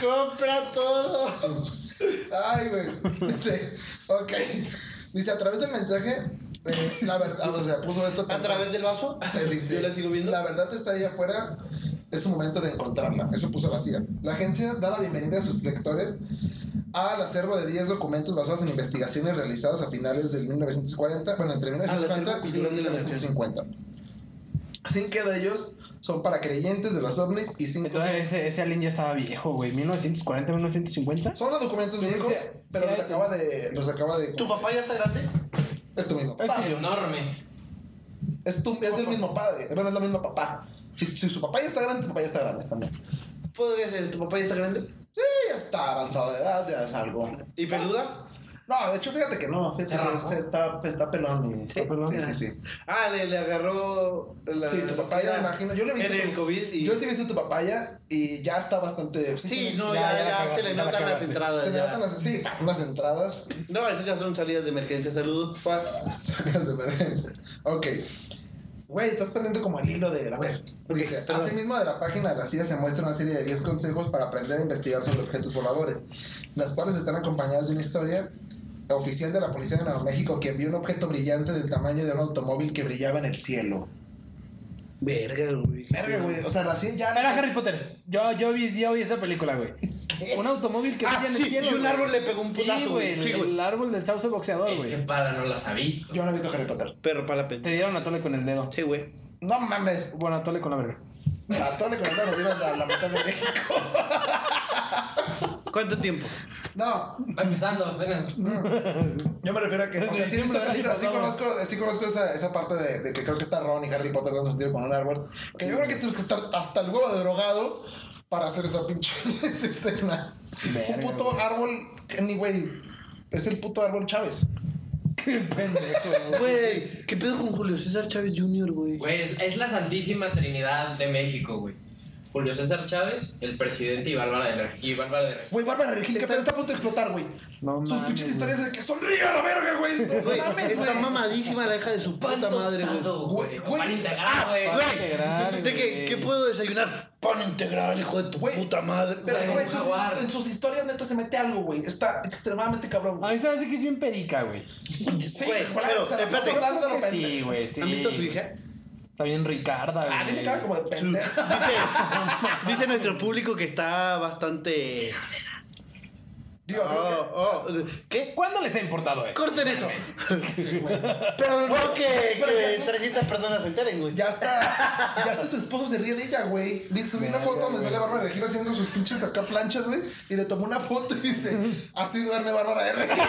Speaker 2: compra todo.
Speaker 1: Ay, güey. Dice, ok. Dice, a través del mensaje, eh, la verdad, o sea, puso esto
Speaker 2: A través del vaso.
Speaker 1: Él dice,
Speaker 2: Yo la sigo viendo.
Speaker 1: La verdad está ahí afuera. Es un momento de encontrarla. Eso puso la CIA. La agencia da la bienvenida a sus lectores al acervo de 10 documentos basados en investigaciones realizadas a finales del 1940, bueno, entre
Speaker 2: Al Ah, acervo
Speaker 1: 1940 y
Speaker 2: cultural de la
Speaker 1: 1950. Cinco de ellos son para creyentes de los ovnis y cinco
Speaker 3: Entonces
Speaker 2: ¿eh?
Speaker 3: ese, ese alien ya estaba viejo, güey. 1940, 1950.
Speaker 1: son los documentos viejos,
Speaker 3: sí,
Speaker 1: pero
Speaker 3: sí,
Speaker 1: los
Speaker 3: hay-
Speaker 1: acaba de los acaba de
Speaker 2: ¿Tu papá ya está grande?
Speaker 1: es tu mismo.
Speaker 2: Eh.
Speaker 4: Papá, enorme.
Speaker 1: Es tu- es el mismo padre, bueno, es la misma papá. Si, si su papá ya está grande, tu papá ya está grande también.
Speaker 2: Podría ser, ¿tu papá ya está grande?
Speaker 1: Sí, ya está avanzado de edad, ya es algo.
Speaker 2: ¿Y peluda?
Speaker 1: No, de hecho, fíjate que no.
Speaker 4: ¿Te
Speaker 1: Fíjate que
Speaker 4: rapó?
Speaker 1: se está, está pelón. y-
Speaker 2: ¿Sí?
Speaker 1: Sí, sí, sí.
Speaker 2: Ah, le, le agarró. La,
Speaker 1: Sí, tu papá ya me imagino. Yo le he visto.
Speaker 2: En
Speaker 1: tu-
Speaker 2: el COVID. Y...
Speaker 1: Yo sí he visto tu papaya y ya está bastante.
Speaker 2: Sí, no,
Speaker 3: Ya,
Speaker 2: ya,
Speaker 3: ya la
Speaker 2: ya,
Speaker 3: cagaste,
Speaker 2: se le
Speaker 3: ya la
Speaker 2: notan las
Speaker 3: cagaste.
Speaker 2: entradas.
Speaker 1: Se le
Speaker 2: ya.
Speaker 1: notan las. Sí, unas entradas.
Speaker 2: No, esas ya son salidas de emergencia. Saludos, papá.
Speaker 1: Sacas de emergencia. Ok. Güey, estás perdiendo como el hilo de la web. Dice,
Speaker 2: perdón.
Speaker 1: asimismo de la página de la CIA se muestra una serie de 10 consejos para aprender a investigar sobre objetos voladores, las cuales están acompañadas de una historia oficial de la Policía de Nuevo México quien vio un objeto brillante del tamaño de un automóvil que brillaba en el cielo.
Speaker 2: Verga, güey.
Speaker 1: Verga, güey. O sea, la CIA ya...
Speaker 3: Era Harry Potter. Yo, yo, vi, yo vi esa película, güey. Un automóvil que
Speaker 2: Ah,
Speaker 3: brilla en
Speaker 2: sí,
Speaker 3: el cielo.
Speaker 2: y un
Speaker 3: güey.
Speaker 2: árbol le pegó un
Speaker 3: Sí,
Speaker 2: putazo,
Speaker 3: güey.
Speaker 2: güey. Sí,
Speaker 3: el,
Speaker 2: güey.
Speaker 3: el árbol del sauce boxeador,
Speaker 4: Es que
Speaker 3: Oh, güey.
Speaker 4: para, no las ha visto.
Speaker 1: Yo no he visto Harry Potter.
Speaker 2: Perro para la
Speaker 3: Te
Speaker 2: pendeja.
Speaker 3: dieron a tole con el dedo.
Speaker 2: Sí, güey.
Speaker 1: No mames.
Speaker 3: Bueno, a tole con la verga.
Speaker 1: A todos le comentaron nos dieron la, la mitad de México.
Speaker 2: ¿Cuánto tiempo?
Speaker 1: No,
Speaker 4: Va empezando, venga.
Speaker 1: Yo me refiero a que, o sea, sí he visto
Speaker 3: Siempre
Speaker 1: películas, sí
Speaker 3: Harry Potter.
Speaker 1: conozco, sí conozco esa, esa parte de, de que creo que está Ron y Harry Potter dando un tiro con un árbol. Que yo creo que tienes que estar hasta el huevo de drogado para hacer esa pinche escena. Un
Speaker 3: Verga,
Speaker 1: puto
Speaker 3: güey.
Speaker 1: árbol, anyway, es el puto árbol Chávez. Qué pendejo.
Speaker 2: Güey, ¿qué pedo con Julio César Chávez Jr., güey?
Speaker 4: Güey, es, es la Santísima Trinidad de México, güey. Julio César Chávez, el presidente y Bárbara de Regil. Y Bárbara de Regil.
Speaker 1: Güey, Bárbara Regil, que apenas está a punto de explotar, güey.
Speaker 3: No
Speaker 1: Sus
Speaker 3: mames,
Speaker 1: pinches
Speaker 3: güey.
Speaker 1: historias de que sonríe a la verga, güey. No
Speaker 2: Güey,
Speaker 1: mames,
Speaker 2: está
Speaker 1: güey.
Speaker 2: mamadísima la hija de su puta madre, güey. Ah,
Speaker 1: güey, güey.
Speaker 4: Para integrar, güey.
Speaker 3: Pan integral,
Speaker 2: Güey, ¿de qué,
Speaker 3: güey.
Speaker 2: qué puedo desayunar? Pan integral, hijo de tu
Speaker 1: Güey,
Speaker 2: puta madre.
Speaker 1: Pero,
Speaker 2: Güey.
Speaker 1: güey, en sus,
Speaker 4: Jaguar.
Speaker 1: en sus historias neta se mete algo, güey. Está extremadamente cabrón.
Speaker 3: A
Speaker 1: güey.
Speaker 3: mí se me hace que es bien perica, güey.
Speaker 1: Sí,
Speaker 2: Güey,
Speaker 1: güey,
Speaker 2: pero,
Speaker 1: se la pasa
Speaker 2: espérate.
Speaker 1: hablando a lo
Speaker 3: Sí,
Speaker 1: pendejo.
Speaker 3: güey, sí.
Speaker 2: ¿Han visto a su hija?
Speaker 3: Está bien Ricarda, güey.
Speaker 1: Ah, tiene cara como de pendejo.
Speaker 2: Dice, dice nuestro público que está bastante.
Speaker 1: Digo, creo
Speaker 2: Oh, oh, ¿Qué?
Speaker 3: ¿Cuándo les ha importado eso?
Speaker 2: Corten eso. Pero no que, que 300 personas se enteren, güey.
Speaker 1: que ya está. Ya hasta su esposo se ríe de ella, güey. Le subí una foto donde sale Bárbara de Regil haciendo sus pinches acá planchas, güey. Y le tomó una foto y dice, así duerme Bárbara de Regil.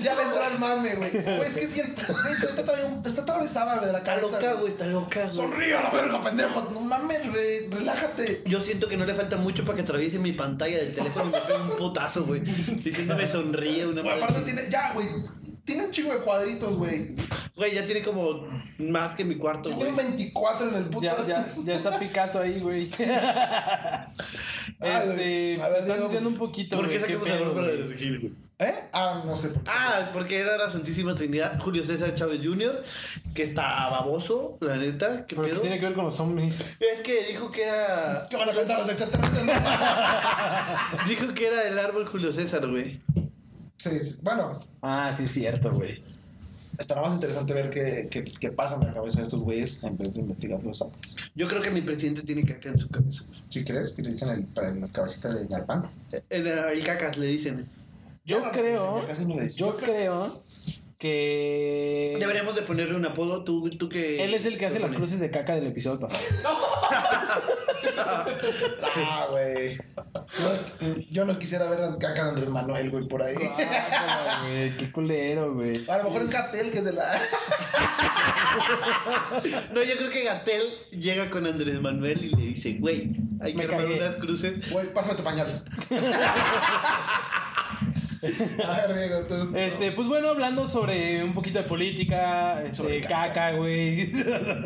Speaker 1: ya le entró al mame, güey. Güey, es que si el güey, está, trae un- está atravesada, güey, de la
Speaker 2: Está
Speaker 1: cabeza.
Speaker 2: loca,
Speaker 1: güey.
Speaker 2: güey, está loca, güey.
Speaker 1: Sonríe a la verga, pendejo. No mames, güey. Relájate.
Speaker 2: Yo siento que no le falta mucho para que atraviese mi pantalla del teléfono y me pegue un putazo, güey. Diciéndome sonríe una
Speaker 1: Güey,
Speaker 2: madre.
Speaker 1: aparte tiene, ya, güey, tiene un chingo de cuadritos, güey.
Speaker 2: Güey, ya tiene como más que mi cuarto,
Speaker 1: Sí, tiene
Speaker 2: güey.
Speaker 1: un 24 en el puto.
Speaker 3: Ya, ya, ya está Picasso ahí, güey. este,
Speaker 2: Ah,
Speaker 1: Ay, güey. A ver,
Speaker 3: se está
Speaker 1: digamos,
Speaker 3: desviando un poquito.
Speaker 2: ¿Por qué
Speaker 3: güey,
Speaker 2: sacamos
Speaker 3: qué
Speaker 2: a
Speaker 3: pedo,
Speaker 2: Bárbara de
Speaker 3: güey.
Speaker 2: Regil, güey?
Speaker 1: ¿Eh? Ah, no sé por qué.
Speaker 2: Ah, porque era la Santísima Trinidad, Julio César Chávez Jr., que está baboso, la neta, qué
Speaker 3: ¿Pero qué
Speaker 2: pedo.
Speaker 3: tiene que ver con los hombres?
Speaker 2: Es que dijo que era.
Speaker 1: ¿Qué van a pensar los extraterrestres?
Speaker 2: Dijo que era el árbol Julio César, güey.
Speaker 1: sí, sí. Bueno,
Speaker 3: Ah, sí, es cierto, güey.
Speaker 1: estará más interesante ver qué, qué, qué pasa en la cabeza de estos güeyes en vez de investigar los hombres.
Speaker 2: Yo creo que mi presidente tiene caca en su cabeza.
Speaker 1: ¿Sí crees que le dicen el, en la cabecita de Narpan?
Speaker 2: El, eh, el cacas le dicen.
Speaker 3: Yo creo.
Speaker 1: Yo casi no le dicen.
Speaker 3: Yo creo que.
Speaker 2: Deberíamos de ponerle un apodo, tú, tú que.
Speaker 3: Él es el que hace las
Speaker 2: pones.
Speaker 3: cruces de caca del episodio pasado.
Speaker 1: Ah, güey. Yo, yo no quisiera ver la caca de Andrés Manuel, güey, por ahí.
Speaker 3: Guácala, Ah, güey, Qué culero, güey.
Speaker 1: A lo mejor es cartel que es de la.
Speaker 2: No, yo creo que Gatel llega con Andrés Manuel y le dice, güey, hay que
Speaker 3: Me
Speaker 2: armar
Speaker 3: cagué.
Speaker 2: unas cruces.
Speaker 1: Güey, pásame tu pañal. A ver, Diego, tú.
Speaker 3: Este, pues bueno, hablando sobre un poquito de política, este,
Speaker 1: Sobre caca.
Speaker 3: caca, güey.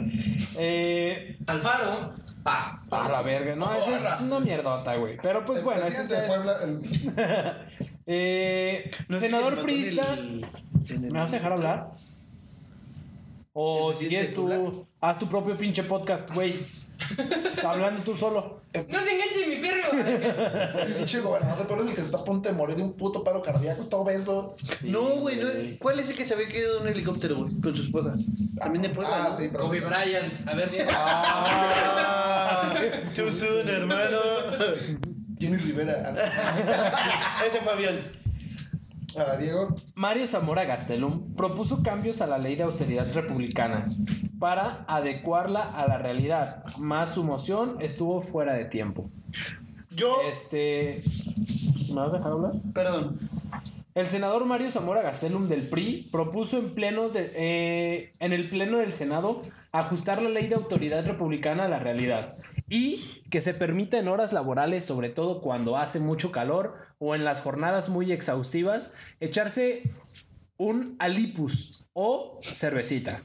Speaker 3: eh,
Speaker 4: Alfaro. Ah,
Speaker 3: a la verga, no, eso es una mierdota, güey. Pero pues
Speaker 1: el
Speaker 3: bueno, eso
Speaker 1: presidente
Speaker 3: ya
Speaker 1: de
Speaker 3: es-
Speaker 1: Puebla, el-
Speaker 3: Eh,
Speaker 2: No, es que
Speaker 3: senador
Speaker 2: le mató
Speaker 3: priista,
Speaker 2: el- el-
Speaker 3: ¿me vas a dejar hablar? O
Speaker 2: ¿El
Speaker 3: si
Speaker 2: presidente
Speaker 3: quieres tú,
Speaker 2: Puebla?
Speaker 3: haz tu propio pinche podcast, güey. Hablando tú solo.
Speaker 4: No se enganche mi perro.
Speaker 1: El pinche gobernador de Puebla es el que está a punto de morir de un puto paro cardíaco, está obeso.
Speaker 2: No, güey, no. ¿Cuál es el que se había caído de un helicóptero, güey? Con su esposa. También de Puebla.
Speaker 1: Ah, sí, pero.
Speaker 4: Kobe
Speaker 1: sí.
Speaker 4: Bryant. A ver, dime.
Speaker 1: Ah,
Speaker 2: Too soon, hermano.
Speaker 1: Jenny Rivera.
Speaker 2: Ese fue avión.
Speaker 1: Ah, Diego.
Speaker 3: Mario Zamora Gastelum propuso cambios a la ley de austeridad republicana para adecuarla a la realidad, más su moción estuvo fuera de tiempo.
Speaker 2: Yo.
Speaker 3: Este. ¿Me vas a dejar hablar?
Speaker 2: Perdón.
Speaker 3: El senador Mario Zamora Gastelum del PRI propuso en, pleno de- eh, en el Pleno del Senado ajustar la ley de autoridad republicana a la realidad y que se permita en horas laborales, sobre todo cuando hace mucho calor o en las jornadas muy exhaustivas, echarse un alipus o cervecita.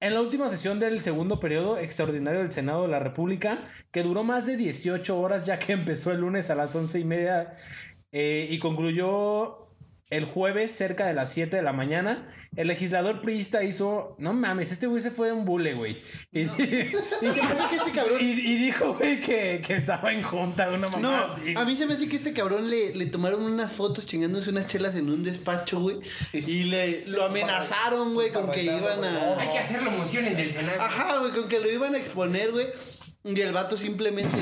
Speaker 3: En la última sesión del segundo periodo extraordinario del Senado de la República, que duró más de 18 horas ya que empezó el lunes a las once y media eh, y concluyó el jueves cerca de las 7 de la mañana, el legislador priista hizo, no mames, este güey se fue un bule, güey. Y,
Speaker 2: Y se me hace que este cabrón.
Speaker 3: y- y dijo, güey, que, que estaba en junta una
Speaker 2: No,
Speaker 3: mamá así.
Speaker 2: a mí se me hace que este cabrón le, le tomaron unas fotos chingándose unas chelas en un despacho, güey. Y le lo amenazaron, güey, con que iban a.
Speaker 4: Hay que hacerlo moción en el Senado.
Speaker 2: Ajá, güey, con que lo iban a exponer, güey. Y el vato simplemente.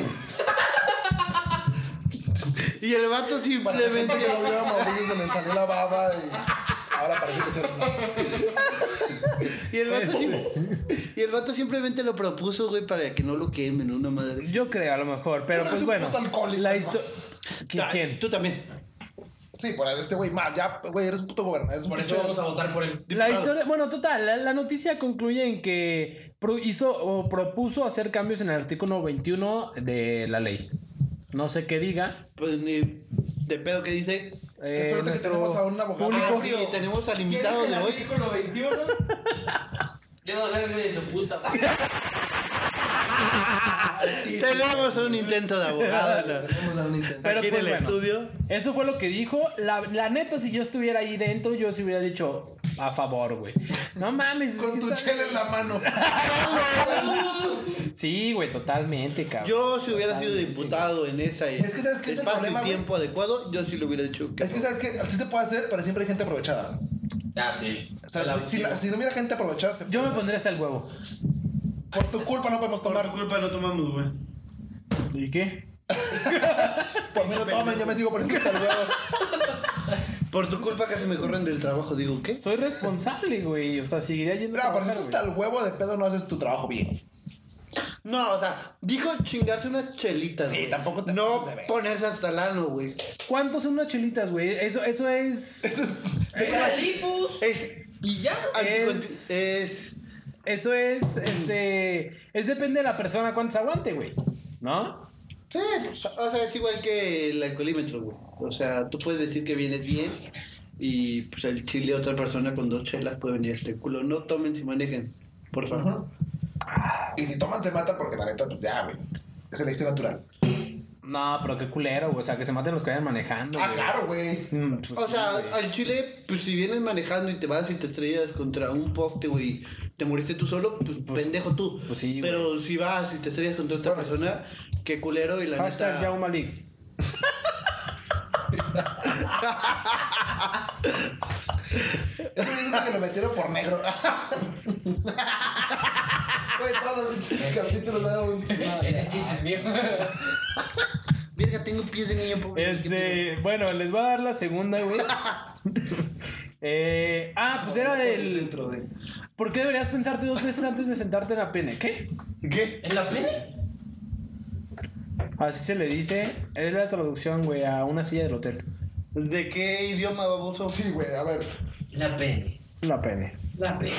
Speaker 2: y el vato
Speaker 1: Para la gente
Speaker 2: simplemente.
Speaker 1: que lo vio a Mauricio se le salió la baba y ahora parece que se rindió.
Speaker 2: Y el vato, sim- y el vato simplemente lo propuso, güey, para que no lo quemen, una madre.
Speaker 3: Yo creo, a lo mejor,
Speaker 1: Pero
Speaker 3: pero
Speaker 1: es
Speaker 3: pues
Speaker 1: un
Speaker 3: bueno.
Speaker 1: puto alcohólico,
Speaker 3: La
Speaker 1: ¿no?
Speaker 3: histo- ¿Qui-
Speaker 2: Ta-
Speaker 3: ¿Quién?
Speaker 2: Tú también.
Speaker 1: Sí, por haber ese güey mal. Ya, güey, eres un puto gobernador. eres un
Speaker 4: Por eso
Speaker 1: pinche-
Speaker 4: vamos a votar por él.
Speaker 3: La historia, bueno, total, la, la noticia concluye en que pro- hizo o propuso hacer cambios en el artículo 21 de la ley. No sé qué diga.
Speaker 2: Pues ni de pedo que dice.
Speaker 3: eh,
Speaker 1: Qué suerte que
Speaker 3: nuestro
Speaker 1: tenemos a un abogado.
Speaker 3: público.
Speaker 2: Ah, sí, tenemos al invitado
Speaker 4: ¿Quieres el
Speaker 2: de hoy.
Speaker 4: artículo 21? Yo no sé de su puta madre.
Speaker 2: Tenemos un intento de abogado. ¿no?
Speaker 1: Tenemos a un intento.
Speaker 3: Pero
Speaker 2: Aquí en
Speaker 3: pues
Speaker 2: el
Speaker 3: bueno.
Speaker 2: estudio.
Speaker 3: Eso fue lo que dijo. La, la neta, si yo estuviera ahí dentro, yo se hubiera dicho a favor, güey. No mames. es que
Speaker 1: Con tu
Speaker 3: está-
Speaker 1: chela en la mano.
Speaker 3: Sí, güey, totalmente, cabrón.
Speaker 2: Yo si hubiera sido diputado en esa
Speaker 1: Es que, ¿sabes qué es el
Speaker 2: espacio
Speaker 1: problema,
Speaker 2: y
Speaker 1: güey?
Speaker 2: tiempo adecuado, yo sí lo hubiera dicho. que
Speaker 1: Es que,
Speaker 2: no.
Speaker 1: ¿sabes qué? Así se puede hacer, pero siempre hay gente aprovechada.
Speaker 4: Ah, sí.
Speaker 1: O sea, si, si la- si no hubiera gente aprovechada, se-
Speaker 3: Yo me pondría hasta el huevo.
Speaker 1: por tu culpa no podemos tomar.
Speaker 6: culpa no tomamos, güey.
Speaker 3: ¿Y qué?
Speaker 1: Por mí no tomen, yo me sigo poniendo hasta el huevo.
Speaker 2: Por tu culpa casi me corren del trabajo. Digo, ¿qué?
Speaker 3: Soy responsable, güey. O sea, seguiría yendo. a
Speaker 1: Mira, por si
Speaker 3: trabajar,
Speaker 1: estás hasta el huevo de pedo, no haces tu trabajo bien.
Speaker 2: No, o sea, dijo chingarse unas chelitas.
Speaker 1: Sí,
Speaker 2: güey.
Speaker 1: tampoco te
Speaker 2: No
Speaker 1: pases de ver.
Speaker 2: ponerse hasta el ano, güey.
Speaker 3: güey. ¿Cuántos son unas chelitas, güey? Eso, eso es.
Speaker 1: Eso es. de
Speaker 4: Era
Speaker 1: cada-
Speaker 4: Lipus.
Speaker 2: Es.
Speaker 4: Y ya.
Speaker 2: anticonsti- es
Speaker 3: Eso es. Este. Es depende de la persona cuántos aguante, güey. ¿No?
Speaker 2: sí, pues, o sea, es igual que el alcoholímetro, güey. O sea, tú puedes decir que vienes bien y pues el chile otra persona con dos chelas puede venir hasta el culo. No tomen si manejen, por favor.
Speaker 1: Ujú. Y si toman, se matan porque la neta, pues ya, güey. Es elección natural.
Speaker 3: No, pero qué culero, güey. O sea, que se maten los que vayan manejando.
Speaker 1: Ah,
Speaker 3: güey.
Speaker 1: claro, güey.
Speaker 3: Mm, pues
Speaker 2: O
Speaker 3: sí,
Speaker 2: sea,
Speaker 3: güey.
Speaker 2: al chile, pues si vienes manejando y te vas y te estrellas contra un poste, güey, te moriste tú solo, pues, pendejo tú.
Speaker 3: pues sí, güey.
Speaker 2: Pero si vas y te estrellas contra otra persona, qué culero y la
Speaker 3: Hashtag
Speaker 2: neta.
Speaker 3: Jaume League.
Speaker 1: Eso me dicen que lo metieron por negro. Güey, todos los pinches capítulos de un.
Speaker 4: Ese chiste es mío.
Speaker 2: Verga, tengo pies de niño pobre. ¿qué
Speaker 3: Este, bueno, les voy a dar la segunda, güey. Eh, ah, pues era
Speaker 1: El
Speaker 3: del.
Speaker 1: centro de.
Speaker 3: ¿Por qué deberías pensarte dos veces antes de sentarte en la pene? ¿Qué?
Speaker 2: ¿Qué?
Speaker 4: ¿En la pene?
Speaker 3: Así se le dice. Es la traducción, güey, a una silla del hotel.
Speaker 2: ¿De qué idioma baboso?
Speaker 1: Sí, güey, a ver.
Speaker 4: La pene.
Speaker 3: La pene.
Speaker 4: La pene.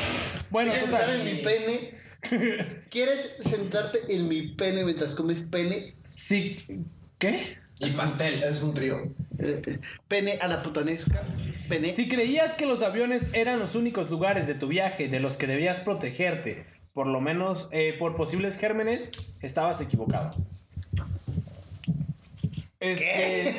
Speaker 3: Bueno,
Speaker 2: ¿Quieres sentar en
Speaker 3: total.
Speaker 2: mi pene? ¿Quieres sentarte en mi pene mientras comes pene?
Speaker 3: Sí. ¿Qué?
Speaker 4: Y pastel.
Speaker 1: Es un trío. Ah,
Speaker 2: Eh, Pene a la putanesca. Pene.
Speaker 3: Si creías que los aviones eran los únicos lugares de tu viaje de los que debías protegerte, por lo menos eh, por posibles gérmenes, estabas equivocado. Este,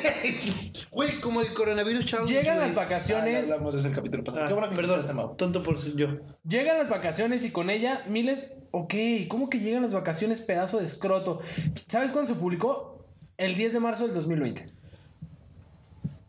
Speaker 2: Güey, como el coronavirus, Charles.
Speaker 3: llegan las
Speaker 1: Ah, ya
Speaker 3: vacaciones,
Speaker 1: hablamos de ese capítulo pasado.
Speaker 2: Ah,
Speaker 1: Qué bueno que
Speaker 2: perdón,
Speaker 1: este Mau.
Speaker 2: tonto por ser yo.
Speaker 3: llegan las vacaciones y con ella miles, ok, ¿cómo que llegan las vacaciones pedazo de escroto? ¿Sabes cuándo se publicó? El 10 de marzo del 2020.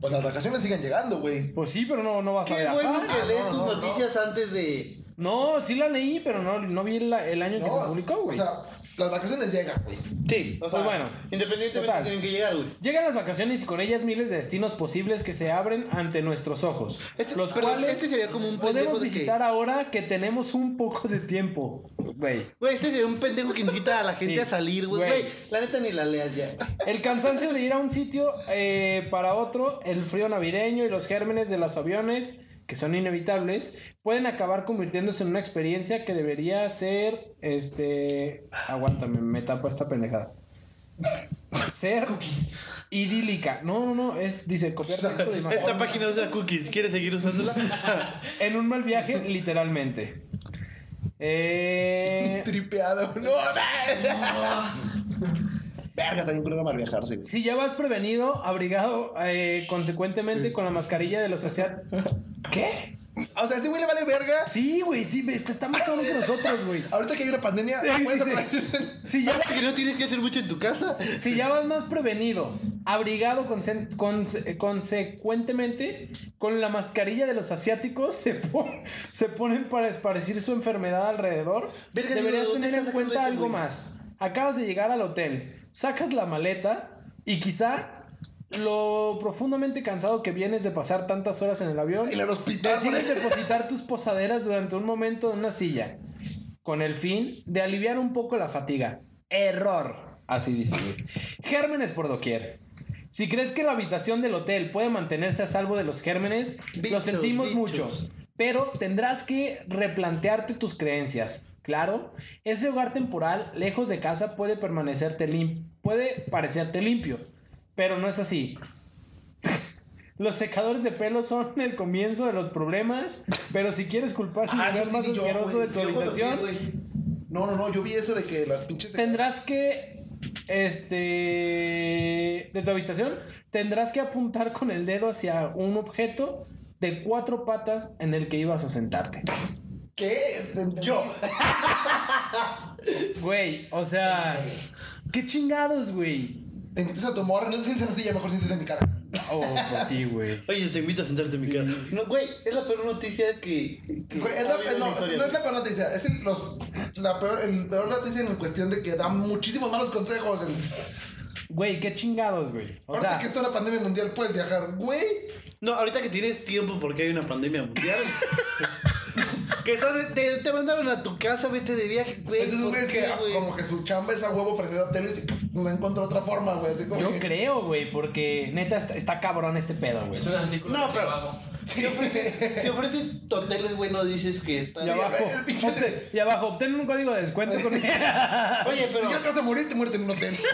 Speaker 1: Pues las vacaciones siguen llegando, güey.
Speaker 3: Pues sí, pero no, no vas a
Speaker 2: Qué
Speaker 3: viajar.
Speaker 2: bueno que lees
Speaker 1: no,
Speaker 2: tus
Speaker 1: no, no.
Speaker 2: noticias antes de.
Speaker 3: No, sí la leí, pero no, no vi la- el año que
Speaker 1: No,
Speaker 3: se publicó,
Speaker 1: o
Speaker 3: güey.
Speaker 1: sea, las vacaciones llegan, güey.
Speaker 2: Sí, o
Speaker 3: Pues bueno.
Speaker 2: Independientemente
Speaker 3: Total.
Speaker 2: tienen que llegar, güey.
Speaker 3: Llegan las vacaciones y con ellas miles de destinos posibles que se abren ante nuestros ojos.
Speaker 2: Este,
Speaker 3: los
Speaker 2: perdón,
Speaker 3: cuales
Speaker 2: este sería como un pendejo
Speaker 3: podemos
Speaker 2: de que-
Speaker 3: visitar ahora que tenemos un poco de tiempo. Güey.
Speaker 2: Güey, este sería un pendejo que incita a la gente
Speaker 3: Sí,
Speaker 2: a salir, güey.
Speaker 3: güey.
Speaker 2: Güey, la neta ni la leas ya.
Speaker 3: El cansancio de ir a un sitio eh, para otro, el frío navideño y los gérmenes de los aviones, que son inevitables, pueden acabar convirtiéndose en una experiencia que debería ser, este, aguántame, me tapo esta pendejada. Ser idílica. No, no, no, es, dice, copiar texto de imagen.
Speaker 2: Esta página usa cookies. ¿Quieres seguir usándola?
Speaker 3: En un mal viaje, literalmente. Eh,
Speaker 1: Tripeado. No, Verga, está bien crudo mal viajarse, güey.
Speaker 3: si ya vas prevenido, abrigado, eh, consecuentemente con la mascarilla de los asiáticos. ¿Qué?
Speaker 1: O sea, ese güey le vale verga.
Speaker 3: Sí, güey, sí, ve, está, está más cabrón que nosotros, güey.
Speaker 1: Ahorita que hay una pandemia,
Speaker 3: Sí,
Speaker 1: puedes
Speaker 3: sí, sí.
Speaker 1: aprender.
Speaker 3: Si ya,
Speaker 2: que no tienes que hacer mucho en tu casa.
Speaker 3: si ya vas más prevenido, abrigado consen- conse- consecuentemente, con la mascarilla de los asiáticos se, pon- se ponen para esparcir su enfermedad alrededor,
Speaker 2: Verga,
Speaker 3: deberías
Speaker 2: digo, ¿dónde
Speaker 3: tener en
Speaker 2: estás sacando
Speaker 3: cuenta
Speaker 2: eso,
Speaker 3: algo
Speaker 2: güey?
Speaker 3: más. Acabas de llegar al hotel, sacas la maleta y quizá lo profundamente cansado que vienes de pasar tantas horas en el avión
Speaker 1: En el hospital,
Speaker 3: Decides
Speaker 1: güey.
Speaker 3: depositar tus posaderas durante un momento en una silla, con el fin de aliviar un poco la fatiga. Error. Así dice. güey. Gérmenes por doquier. Si crees que la habitación del hotel puede mantenerse a salvo de los gérmenes, lo
Speaker 2: Bichos,
Speaker 3: sentimos
Speaker 2: bichos.
Speaker 3: mucho. Pero tendrás que replantearte tus creencias. Claro, ese hogar temporal lejos de casa puede permanecerte lim- puede parecerte limpio, pero no es así. Los secadores de pelo son el comienzo de los problemas, pero si quieres culpar al
Speaker 1: Ah, eso
Speaker 3: lugar
Speaker 1: sí
Speaker 3: más
Speaker 1: vi yo,
Speaker 3: asqueroso de
Speaker 1: güey.
Speaker 3: tu
Speaker 2: Yo cuando fui,
Speaker 3: habitación,
Speaker 2: güey.
Speaker 1: No, no, no, yo vi eso de que las pinches.
Speaker 3: tendrás que este de tu habitación tendrás que apuntar con el dedo hacia un objeto de cuatro patas en el que ibas a sentarte.
Speaker 1: ¿Qué? Yo.
Speaker 3: Güey, o sea, qué chingados, güey.
Speaker 1: Te invitas a tu morra, no te sientes sencilla, mejor siéntete en mi cara.
Speaker 3: Oh, pues sí, güey.
Speaker 2: Oye, te invito a sentarte en mi cara. No, güey, es la peor noticia que. que
Speaker 1: Güey,
Speaker 2: ha
Speaker 1: es la-
Speaker 2: habido en
Speaker 1: no, no
Speaker 2: la historia,
Speaker 1: es la peor noticia, es el, los, la peor, el peor noticia en cuestión de que da muchísimos malos consejos. en-
Speaker 3: Güey, qué chingados, güey. O
Speaker 1: ahorita
Speaker 3: sea,
Speaker 1: que está la pandemia mundial, puedes viajar, güey.
Speaker 2: No, ahorita que tienes tiempo porque hay una pandemia mundial. que estás- te, te mandaron a tu casa, vete de viaje, güey.
Speaker 1: Entonces,
Speaker 2: ¿por
Speaker 1: güey, es
Speaker 2: qué,
Speaker 1: que
Speaker 2: güey?
Speaker 1: como que su chamba es a huevo ofrecer hoteles y no encontró otra forma, güey. Así como
Speaker 3: yo
Speaker 1: que-
Speaker 3: creo, güey, porque neta está, está cabrón este pedo, güey.
Speaker 4: Es un artículo.
Speaker 2: No,
Speaker 4: de
Speaker 2: pero-
Speaker 4: Trivago.
Speaker 2: Si ofreces, si ofreces hoteles, güey, no dices que estás.
Speaker 3: Y
Speaker 1: Sí,
Speaker 3: abajo,
Speaker 1: el pinche-
Speaker 3: obtén- y abajo, obtén un código de descuento con
Speaker 2: Oye,
Speaker 1: Si ya
Speaker 2: pero
Speaker 1: te vas a morir, te muerte en un hotel.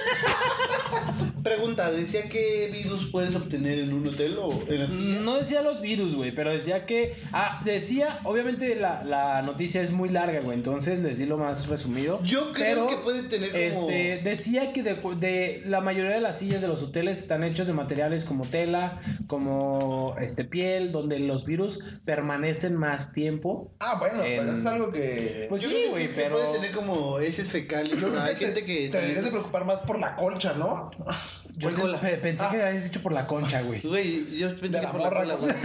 Speaker 2: pregunta, decía qué virus puedes obtener en un hotel o en la silla?
Speaker 3: No decía los virus, güey, pero decía que... Ah, decía, obviamente la, la noticia es muy larga, güey, entonces les di lo más resumido.
Speaker 2: Yo creo que puede tener como-
Speaker 3: Este, decía que de, de la mayoría de las sillas de los hoteles están hechos de materiales como tela, como este piel, donde los virus permanecen más tiempo.
Speaker 1: Ah, bueno,
Speaker 3: En-
Speaker 1: pero eso es algo que.
Speaker 3: Pues
Speaker 2: Yo
Speaker 3: sí,
Speaker 2: creo que-
Speaker 3: güey,
Speaker 2: que
Speaker 3: pero...
Speaker 2: Puede tener como heces fecales.
Speaker 1: yo
Speaker 2: ¿no?
Speaker 1: creo
Speaker 2: Hay
Speaker 1: que te,
Speaker 2: gente que.
Speaker 1: te deberías de preocupar más por la colcha, ¿no?
Speaker 3: Yo
Speaker 2: ¿Cuál cola?
Speaker 3: pe- pensé
Speaker 2: Ah.
Speaker 3: que habías dicho por la concha, güey.
Speaker 2: Pues, Güey, yo pensé
Speaker 1: De
Speaker 2: que
Speaker 1: la
Speaker 2: por la
Speaker 1: morra.
Speaker 2: cola,
Speaker 1: güey.
Speaker 2: güey.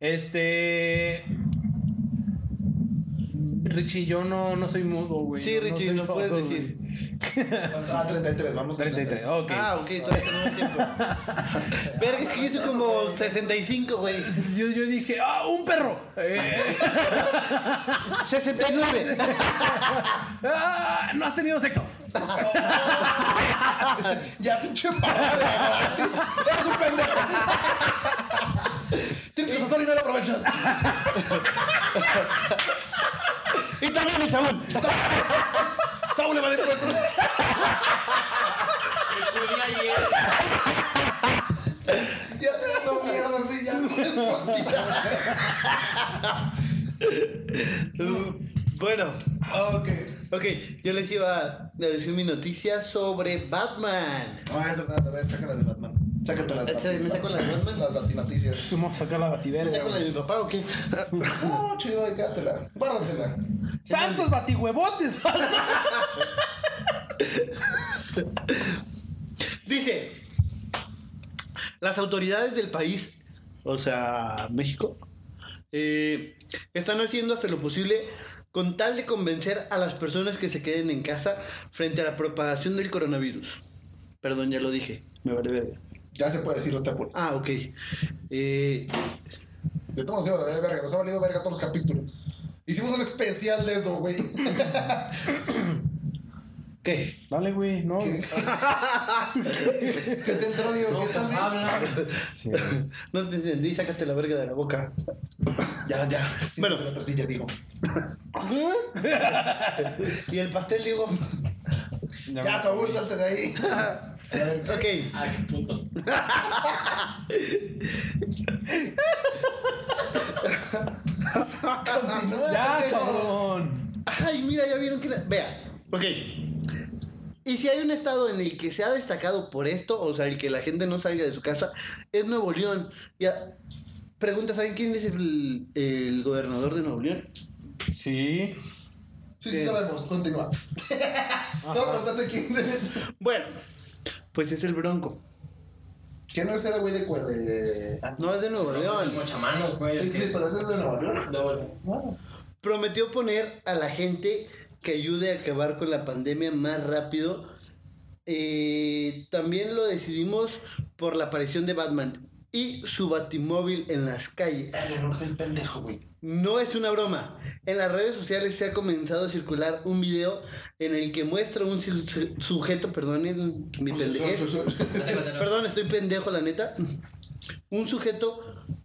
Speaker 3: Este. Richie, yo no, no soy mudo, güey.
Speaker 2: Sí, Richie,
Speaker 3: soy
Speaker 2: no
Speaker 3: sordo,
Speaker 2: puedes
Speaker 3: güey.
Speaker 2: decir.
Speaker 1: Ah, 33, vamos a
Speaker 3: 33, ok.
Speaker 2: Ah, ok, todavía tenemos tiempo. Verga, es que hizo como 65, güey.
Speaker 3: Yo, yo dije, ¡ah, un perro! Eh,
Speaker 2: 69.
Speaker 3: ¡Ah, no has tenido sexo!
Speaker 1: Ya, pinche embarrada. güey. Eres un pendejo. Tienes que usar y no lo aprovechas.
Speaker 2: y también el Saúl.
Speaker 1: Saúl le va de impuestos.
Speaker 4: El que vi ayer.
Speaker 1: Ya te dando mierda así, ya. no
Speaker 2: Bueno,
Speaker 1: Ok.
Speaker 2: ok, Ok, yo les iba a decir mi noticia sobre Batman.
Speaker 1: Ah, es verdad, a ver, sácala de Batman. Sácatelas.
Speaker 2: Eh, ¿sabes? ¿Me saco las Batman?
Speaker 1: Las batinaticias.
Speaker 3: Sumo Pues, sacar la
Speaker 2: ¿Me
Speaker 3: batidera.
Speaker 2: saco la
Speaker 3: güey.
Speaker 2: de mi papá o qué?
Speaker 1: No, chido, ahí quédatela. Guárdatela.
Speaker 3: ¡Santos batihuevotes!
Speaker 2: Dice, las autoridades del país, o sea, México, eh, están haciendo hasta lo posible con tal de convencer a las personas que se queden en casa frente a la propagación del coronavirus. Perdón, ya lo dije, me vale verga.
Speaker 1: Ya se puede decir, no te apures.
Speaker 2: Ah, ok. Eh,
Speaker 1: De todos nos iba a valer verga, nos ha valido verga todos los capítulos. Hicimos un especial de eso, güey.
Speaker 2: ¿Qué?
Speaker 3: Dale, güey, no.
Speaker 1: ¿Qué? ¿Qué te entró, Diego? ¿Qué estás bien?
Speaker 4: pues, Habla.
Speaker 2: No te entendí, sacaste la verga de la boca.
Speaker 1: Ya, ya. Sí,
Speaker 2: Bueno.
Speaker 1: de la otra silla, digo.
Speaker 2: Y el pastel, digo,
Speaker 1: Ya, Saúl, salte de ahí. A ver, ¿qué?
Speaker 2: ok.
Speaker 4: Ah, qué puto.
Speaker 1: Continúa,
Speaker 3: Ya,
Speaker 1: pendejo.
Speaker 3: cabrón.
Speaker 2: Ay, mira, ya vieron que la... Vea, ok. Y si hay un estado en el que se ha destacado por esto, o sea, el que la gente no salga de su casa, es Nuevo León. Ya, pregunta, ¿saben quién es el, el gobernador de Nuevo León?
Speaker 3: Sí.
Speaker 1: Sí, sí, sabemos. Continúa. No preguntaste quién eres.
Speaker 2: Bueno, pues es el Bronco.
Speaker 1: ¿Quién no es el güey de cuerda? Eh,
Speaker 2: No es de Nuevo León.
Speaker 4: Mochamanos, güey.
Speaker 1: Sí, sí, pero ese es de Nueva York.
Speaker 4: Doble.
Speaker 1: Bueno.
Speaker 2: Prometió poner a la gente que ayude a acabar con la pandemia más rápido. Eh, también lo decidimos por la aparición de Batman y su batimóvil en las calles.
Speaker 1: Ay, no soy pendejo, güey.
Speaker 2: No es una broma. En las redes sociales se ha comenzado a circular un video en el que muestra un su- su- sujeto, perdonen mi
Speaker 1: Su-
Speaker 2: pendejez.
Speaker 1: su- su- su-
Speaker 2: Perdón, estoy pendejo, la neta. Un sujeto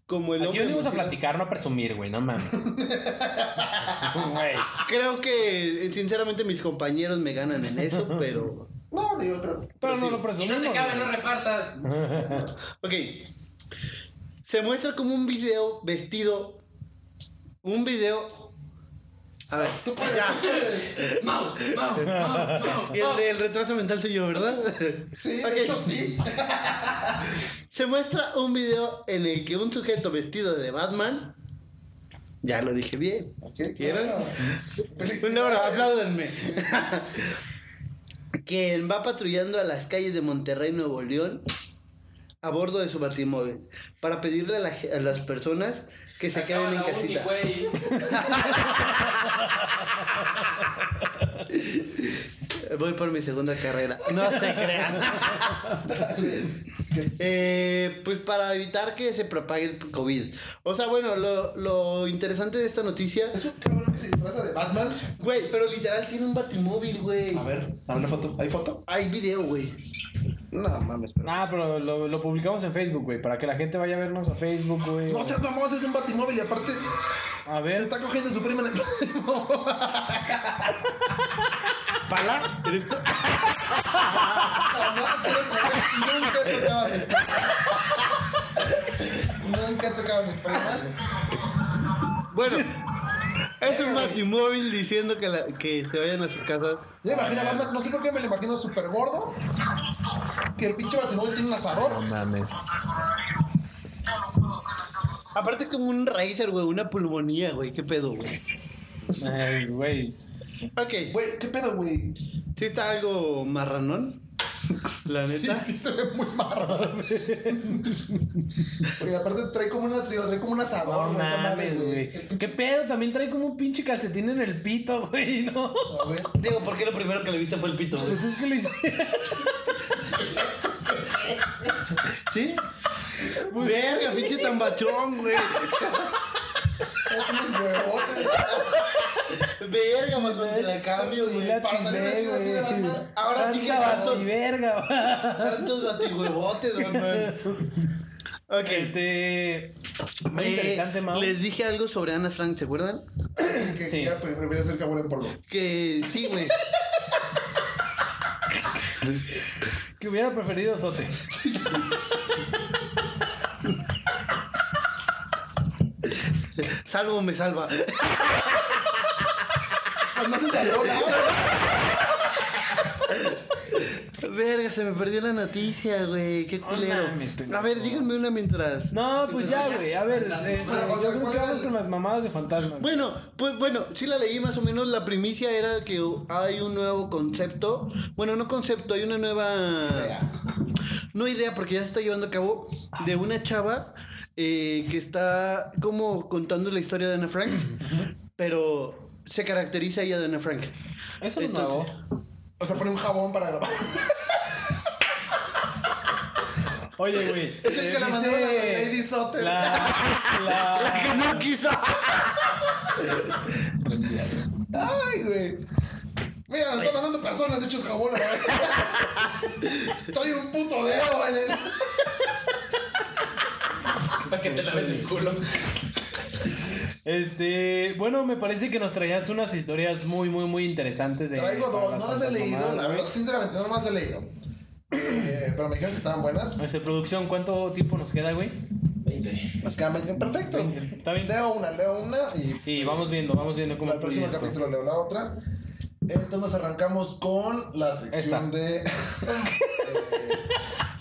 Speaker 2: como el
Speaker 3: Aquí
Speaker 2: hombre.
Speaker 3: venimos a
Speaker 2: murciélago.
Speaker 3: platicar, no a presumir, güey, no mames. Güey.
Speaker 2: Creo que, eh, sinceramente, mis compañeros me ganan en eso, pero.
Speaker 1: No, digo, pero.
Speaker 3: Pero no lo
Speaker 4: Si no
Speaker 3: presumimos.
Speaker 4: te cabe, no
Speaker 3: güey.
Speaker 4: repartas.
Speaker 2: Ok. Se muestra como un video vestido. Un video. A ver.
Speaker 1: Tú puedes. tú puedes.
Speaker 4: Mau, Mau, Mau, Mau.
Speaker 2: Y el del retraso mental soy yo, ¿verdad?
Speaker 1: Sí,
Speaker 2: Ok.
Speaker 1: de hecho sí.
Speaker 2: Se muestra un video en el que un sujeto vestido de Batman. Ya lo dije bien. ¿Quieren?
Speaker 1: Ah, ¿Quieren?
Speaker 2: Una
Speaker 1: ah,
Speaker 2: hora, apláudenme. que va patrullando a las calles de Monterrey, Nuevo León, a bordo de su batimóvil, para pedirle a, la ge- a las personas que se queden en
Speaker 4: Acaba la uni,
Speaker 2: casita.
Speaker 4: güey.
Speaker 2: Voy por mi segunda carrera. No se crean. Eh, pues para evitar que se propague el COVID. O sea, bueno, lo, lo interesante de esta noticia.
Speaker 1: Es un cabrón que se disfraza de Batman.
Speaker 2: Güey, pero literal tiene un batimóvil, güey.
Speaker 1: A ver, a ver la foto. ¿Hay foto?
Speaker 2: Hay video, güey.
Speaker 1: No mames, pero.
Speaker 3: Nah,
Speaker 2: pues,
Speaker 3: pero lo, lo publicamos en Facebook, güey, para que la gente vaya a vernos a Facebook, güey.
Speaker 1: No seas mamón, es un batimóvil y aparte
Speaker 3: A
Speaker 1: se
Speaker 3: ver,
Speaker 1: está cogiendo su prima en el batimóvil.
Speaker 2: ¿Pala?
Speaker 1: Jamás, güey, Nunca he tocado a mis primas. Nunca he tocado a mis primas.
Speaker 2: Bueno, es un batimóvil diciendo que, la- que se vayan a sus casas.
Speaker 1: Yo imagino a Batman, no sé por qué me lo imagino súper gordo. Que el pinche batimóvil tiene un asador.
Speaker 3: mames.
Speaker 2: Aparte, como un racer, güey, una pulmonía, güey. ¿Qué pedo, güey?
Speaker 3: Ay, güey.
Speaker 2: Ok,
Speaker 1: Güey, ¿qué pedo, güey?
Speaker 2: sí está algo marranón. La
Speaker 1: Sí,
Speaker 2: neta.
Speaker 1: sí se ve muy marrón. Porque aparte trae como una tío, trae como un asador,
Speaker 3: No
Speaker 1: güey, esa madre,
Speaker 3: mames, güey. ¿Qué pedo? También trae como un pinche calcetín en el pito, güey, ¿no?
Speaker 1: A ver.
Speaker 2: Digo, ¿por qué lo primero que le viste fue el pito, güey?
Speaker 3: Pues es que lo hice.
Speaker 2: ¿Sí? Verga, pinche tambachón, güey.
Speaker 1: Trae como unos huevotes.
Speaker 2: Verga, más te la cambio,
Speaker 1: Sí,
Speaker 2: güey.
Speaker 1: la- para salir vestido así de Batman.
Speaker 2: Ahora sí que vato.
Speaker 3: Y verga, va.
Speaker 2: Santos batihuevotes, güey. Ok.
Speaker 3: Este. Muy
Speaker 2: Eh,
Speaker 3: interesante, Mau.
Speaker 2: Les dije algo sobre Ana Frank, ¿se acuerdan?
Speaker 1: Así que
Speaker 3: Sí.
Speaker 1: ya pre- prefiero hacer carbón en polvo.
Speaker 2: Que sí, güey.
Speaker 3: Que hubiera preferido Sote.
Speaker 2: Salvo me salva.
Speaker 1: Pues no se cerró la.
Speaker 2: Verga, se me perdió la noticia, güey. Qué culero.
Speaker 5: mames, pendejo.
Speaker 2: A ver, díganme una mientras.
Speaker 3: No, pues ya, güey. A ver, este,
Speaker 1: Pero, o sea,
Speaker 3: yo creo
Speaker 1: ¿cuál
Speaker 3: que
Speaker 1: era
Speaker 3: vamos
Speaker 1: el-
Speaker 3: con las mamadas de fantasmas.
Speaker 2: Bueno, pues bueno, sí la leí más o menos. La primicia era que hay un nuevo concepto. Bueno, no concepto, hay una nueva. No idea, porque ya se está llevando a cabo de una chava eh, que está como contando la historia de Ana Frank, pero se caracteriza ella de Ana Frank.
Speaker 3: Eso no es nuevo.
Speaker 2: Entonces-
Speaker 1: O sea, pone un jabón para grabar.
Speaker 3: Oye, güey. eh,
Speaker 1: Es el que la mandaron a la
Speaker 3: dice
Speaker 1: Lady Sotter.
Speaker 3: La, la-
Speaker 2: Que no quiso.
Speaker 1: Ay, güey. Mira, nos están hablando personas hechos jabón, güey. Trae un puto dedo en el.
Speaker 4: Para que te laves el culo.
Speaker 3: Este, bueno, me parece que nos traías unas historias muy, muy, muy interesantes. De,
Speaker 1: Traigo
Speaker 3: para
Speaker 1: dos,
Speaker 3: las
Speaker 1: no las he leído,
Speaker 3: fantasmamadas,
Speaker 1: la
Speaker 3: güey.
Speaker 1: verdad, sinceramente, no las he leído. Eh, pero me dijeron que estaban buenas.
Speaker 3: Este, producción, ¿cuánto tiempo nos queda, güey?
Speaker 1: Nos quedan bien, perfecto.
Speaker 3: Está bien.
Speaker 1: Leo una, leo una y
Speaker 3: Y vamos viendo, vamos viendo cómo
Speaker 1: Para el
Speaker 3: fluye
Speaker 1: próximo
Speaker 3: esto.
Speaker 1: capítulo leo la otra. Entonces nos arrancamos con la sección
Speaker 3: Esta.
Speaker 1: de.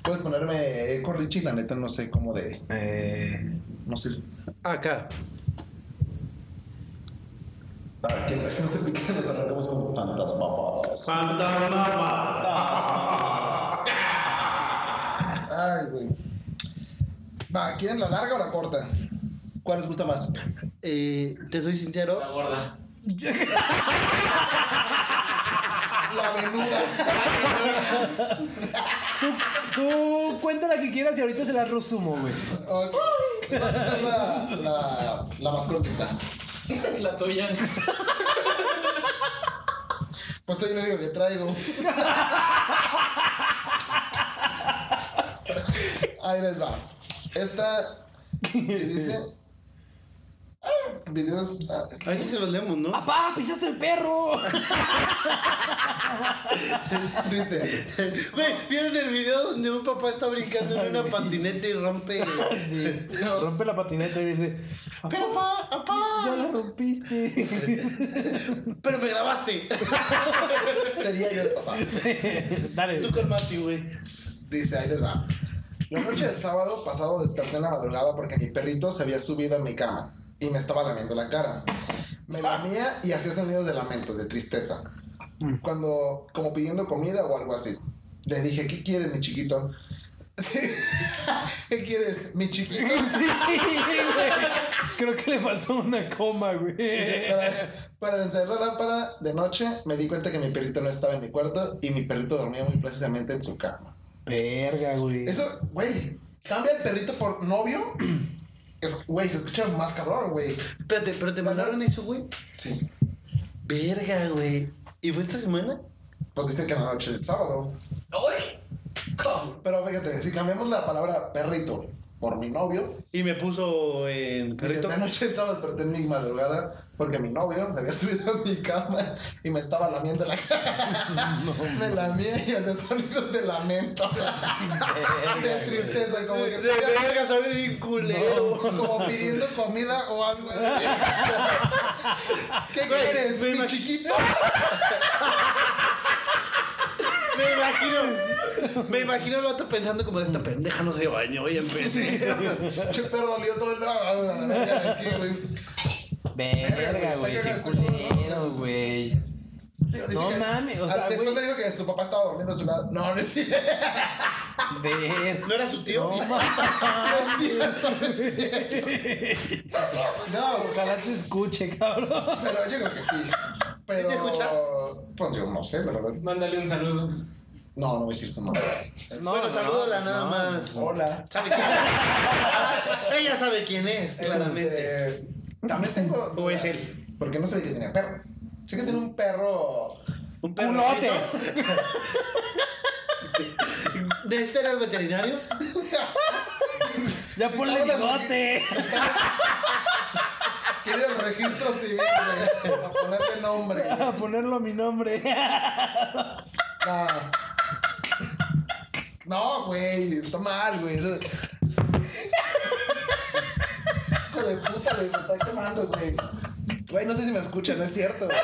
Speaker 1: Eh, Puedes ponerme Eco Richie, la neta no sé cómo de.
Speaker 3: Eh,
Speaker 1: No sé. si-
Speaker 2: Acá.
Speaker 1: Para que no sé por qué nos arrancamos con tantas papadas. Ay, güey. Va, ¿quieren la larga o la corta? ¿Cuál les gusta más?
Speaker 2: Eh, te soy sincero.
Speaker 4: La gorda.
Speaker 1: La venuda.
Speaker 3: Tú cuenta la que quieras y ahorita se la resumo, güey.
Speaker 1: Ok. Les voy a contar La, la, la más cortita.
Speaker 4: La tuya.
Speaker 1: Pues soy el único que traigo. Ahí les va. Esta que dice. Videos. ah,
Speaker 2: Ahorita se los leemos, ¿no?
Speaker 3: ¡Papá, pisaste el perro!
Speaker 1: Dice.
Speaker 2: Güey, ¿vieron el video donde un papá está brincando en una patineta y rompe?
Speaker 3: Sí.
Speaker 4: No.
Speaker 3: Rompe la patineta y dice,
Speaker 2: Pero, papá,
Speaker 3: ya
Speaker 2: papá.
Speaker 3: la rompiste.
Speaker 2: Pero me grabaste.
Speaker 1: Sería yo de papá.
Speaker 3: Dale.
Speaker 2: Tú con Mati, güey.
Speaker 1: Dice, ahí les va. La noche del sábado pasado desperté en la madrugada porque mi perrito se había subido a mi cama y me estaba lamiendo la cara. Me lamía y hacía sonidos de lamento, de tristeza. Cuando, como pidiendo comida o algo así. Le dije, ¿qué quieres, mi chiquito? ¿Qué quieres, mi chiquito?
Speaker 3: Sí, güey. Creo que le faltó una coma, güey.
Speaker 1: Para, para encender la lámpara de noche me di cuenta que mi perrito no estaba en mi cuarto y mi perrito dormía muy precisamente en su cama.
Speaker 3: Verga, güey.
Speaker 1: Eso, güey, cambia el perrito por novio. Es, güey, se escucha más cabrón, güey.
Speaker 2: Espérate, pero te mandaron eso, güey.
Speaker 1: Sí.
Speaker 2: Verga, güey. ¿Y fue esta semana?
Speaker 1: Pues dicen que en la noche del sábado.
Speaker 4: ¡Ay! ¿Cómo?
Speaker 1: Pero fíjate, si cambiamos la palabra perrito por mi novio,
Speaker 2: Y me puso
Speaker 1: dice,
Speaker 2: en perrito.
Speaker 1: la noche del sábado desperté en mi madrugada porque mi novio se había subido a mi cama y me estaba lamiendo la cara. me lamía y hacía sonidos de lamento. de tristeza, como que.
Speaker 2: De verga, sabe bien culero.
Speaker 1: Como pidiendo comida o algo así. ¿Qué
Speaker 2: Güey,
Speaker 1: quieres,
Speaker 2: me
Speaker 1: mi
Speaker 2: imag-
Speaker 1: chiquito?
Speaker 2: Me imagino. Me imagino el vato pensando como de esta pendeja no se bañó y empecé.
Speaker 1: Che perro olió todo el la verga aquí, güey.
Speaker 3: Verga, güey. Qué culero, güey.
Speaker 1: Digo, dice
Speaker 3: No
Speaker 1: que-
Speaker 3: mames, o sea,
Speaker 1: Después
Speaker 3: güey.
Speaker 1: me dijo que su papá estaba durmiendo a su lado. No, no es cierto.
Speaker 3: Verga.
Speaker 2: ¿No era su tío?
Speaker 3: No mames.
Speaker 1: No es cierto, no es cierto. No, güey,
Speaker 3: Ojalá se escuche, cabrón.
Speaker 1: pero yo creo que sí. Pero.
Speaker 2: ¿Sí te escucha?
Speaker 1: Pues yo no sé, la verdad.
Speaker 4: Mándale un saludo.
Speaker 1: No, no voy a decir su nombre.
Speaker 3: No,
Speaker 2: bueno,
Speaker 3: no,
Speaker 2: salúdala
Speaker 3: no,
Speaker 2: nada
Speaker 3: no.
Speaker 2: más.
Speaker 1: Hola.
Speaker 2: Sabe quién es. Ella sabe quién es, claramente.
Speaker 1: Este, también tengo.
Speaker 2: O es
Speaker 1: duda,
Speaker 2: él.
Speaker 1: Porque no sabía que tenía perro. Sé que tiene un perro.
Speaker 2: Un perro.
Speaker 3: Culote.
Speaker 2: ¿De este era el veterinario?
Speaker 3: Ya ponle
Speaker 1: Estamos
Speaker 3: bigote.
Speaker 1: Quiere el registro civil, güey. Para ponerle nombre. güey.
Speaker 3: A ponerlo a mi nombre.
Speaker 1: Nah. No, güey, está mal, güey. Eso- Hijo de puta, güey, me está quemando, güey. Güey, no sé si me escucha, no es cierto. güey.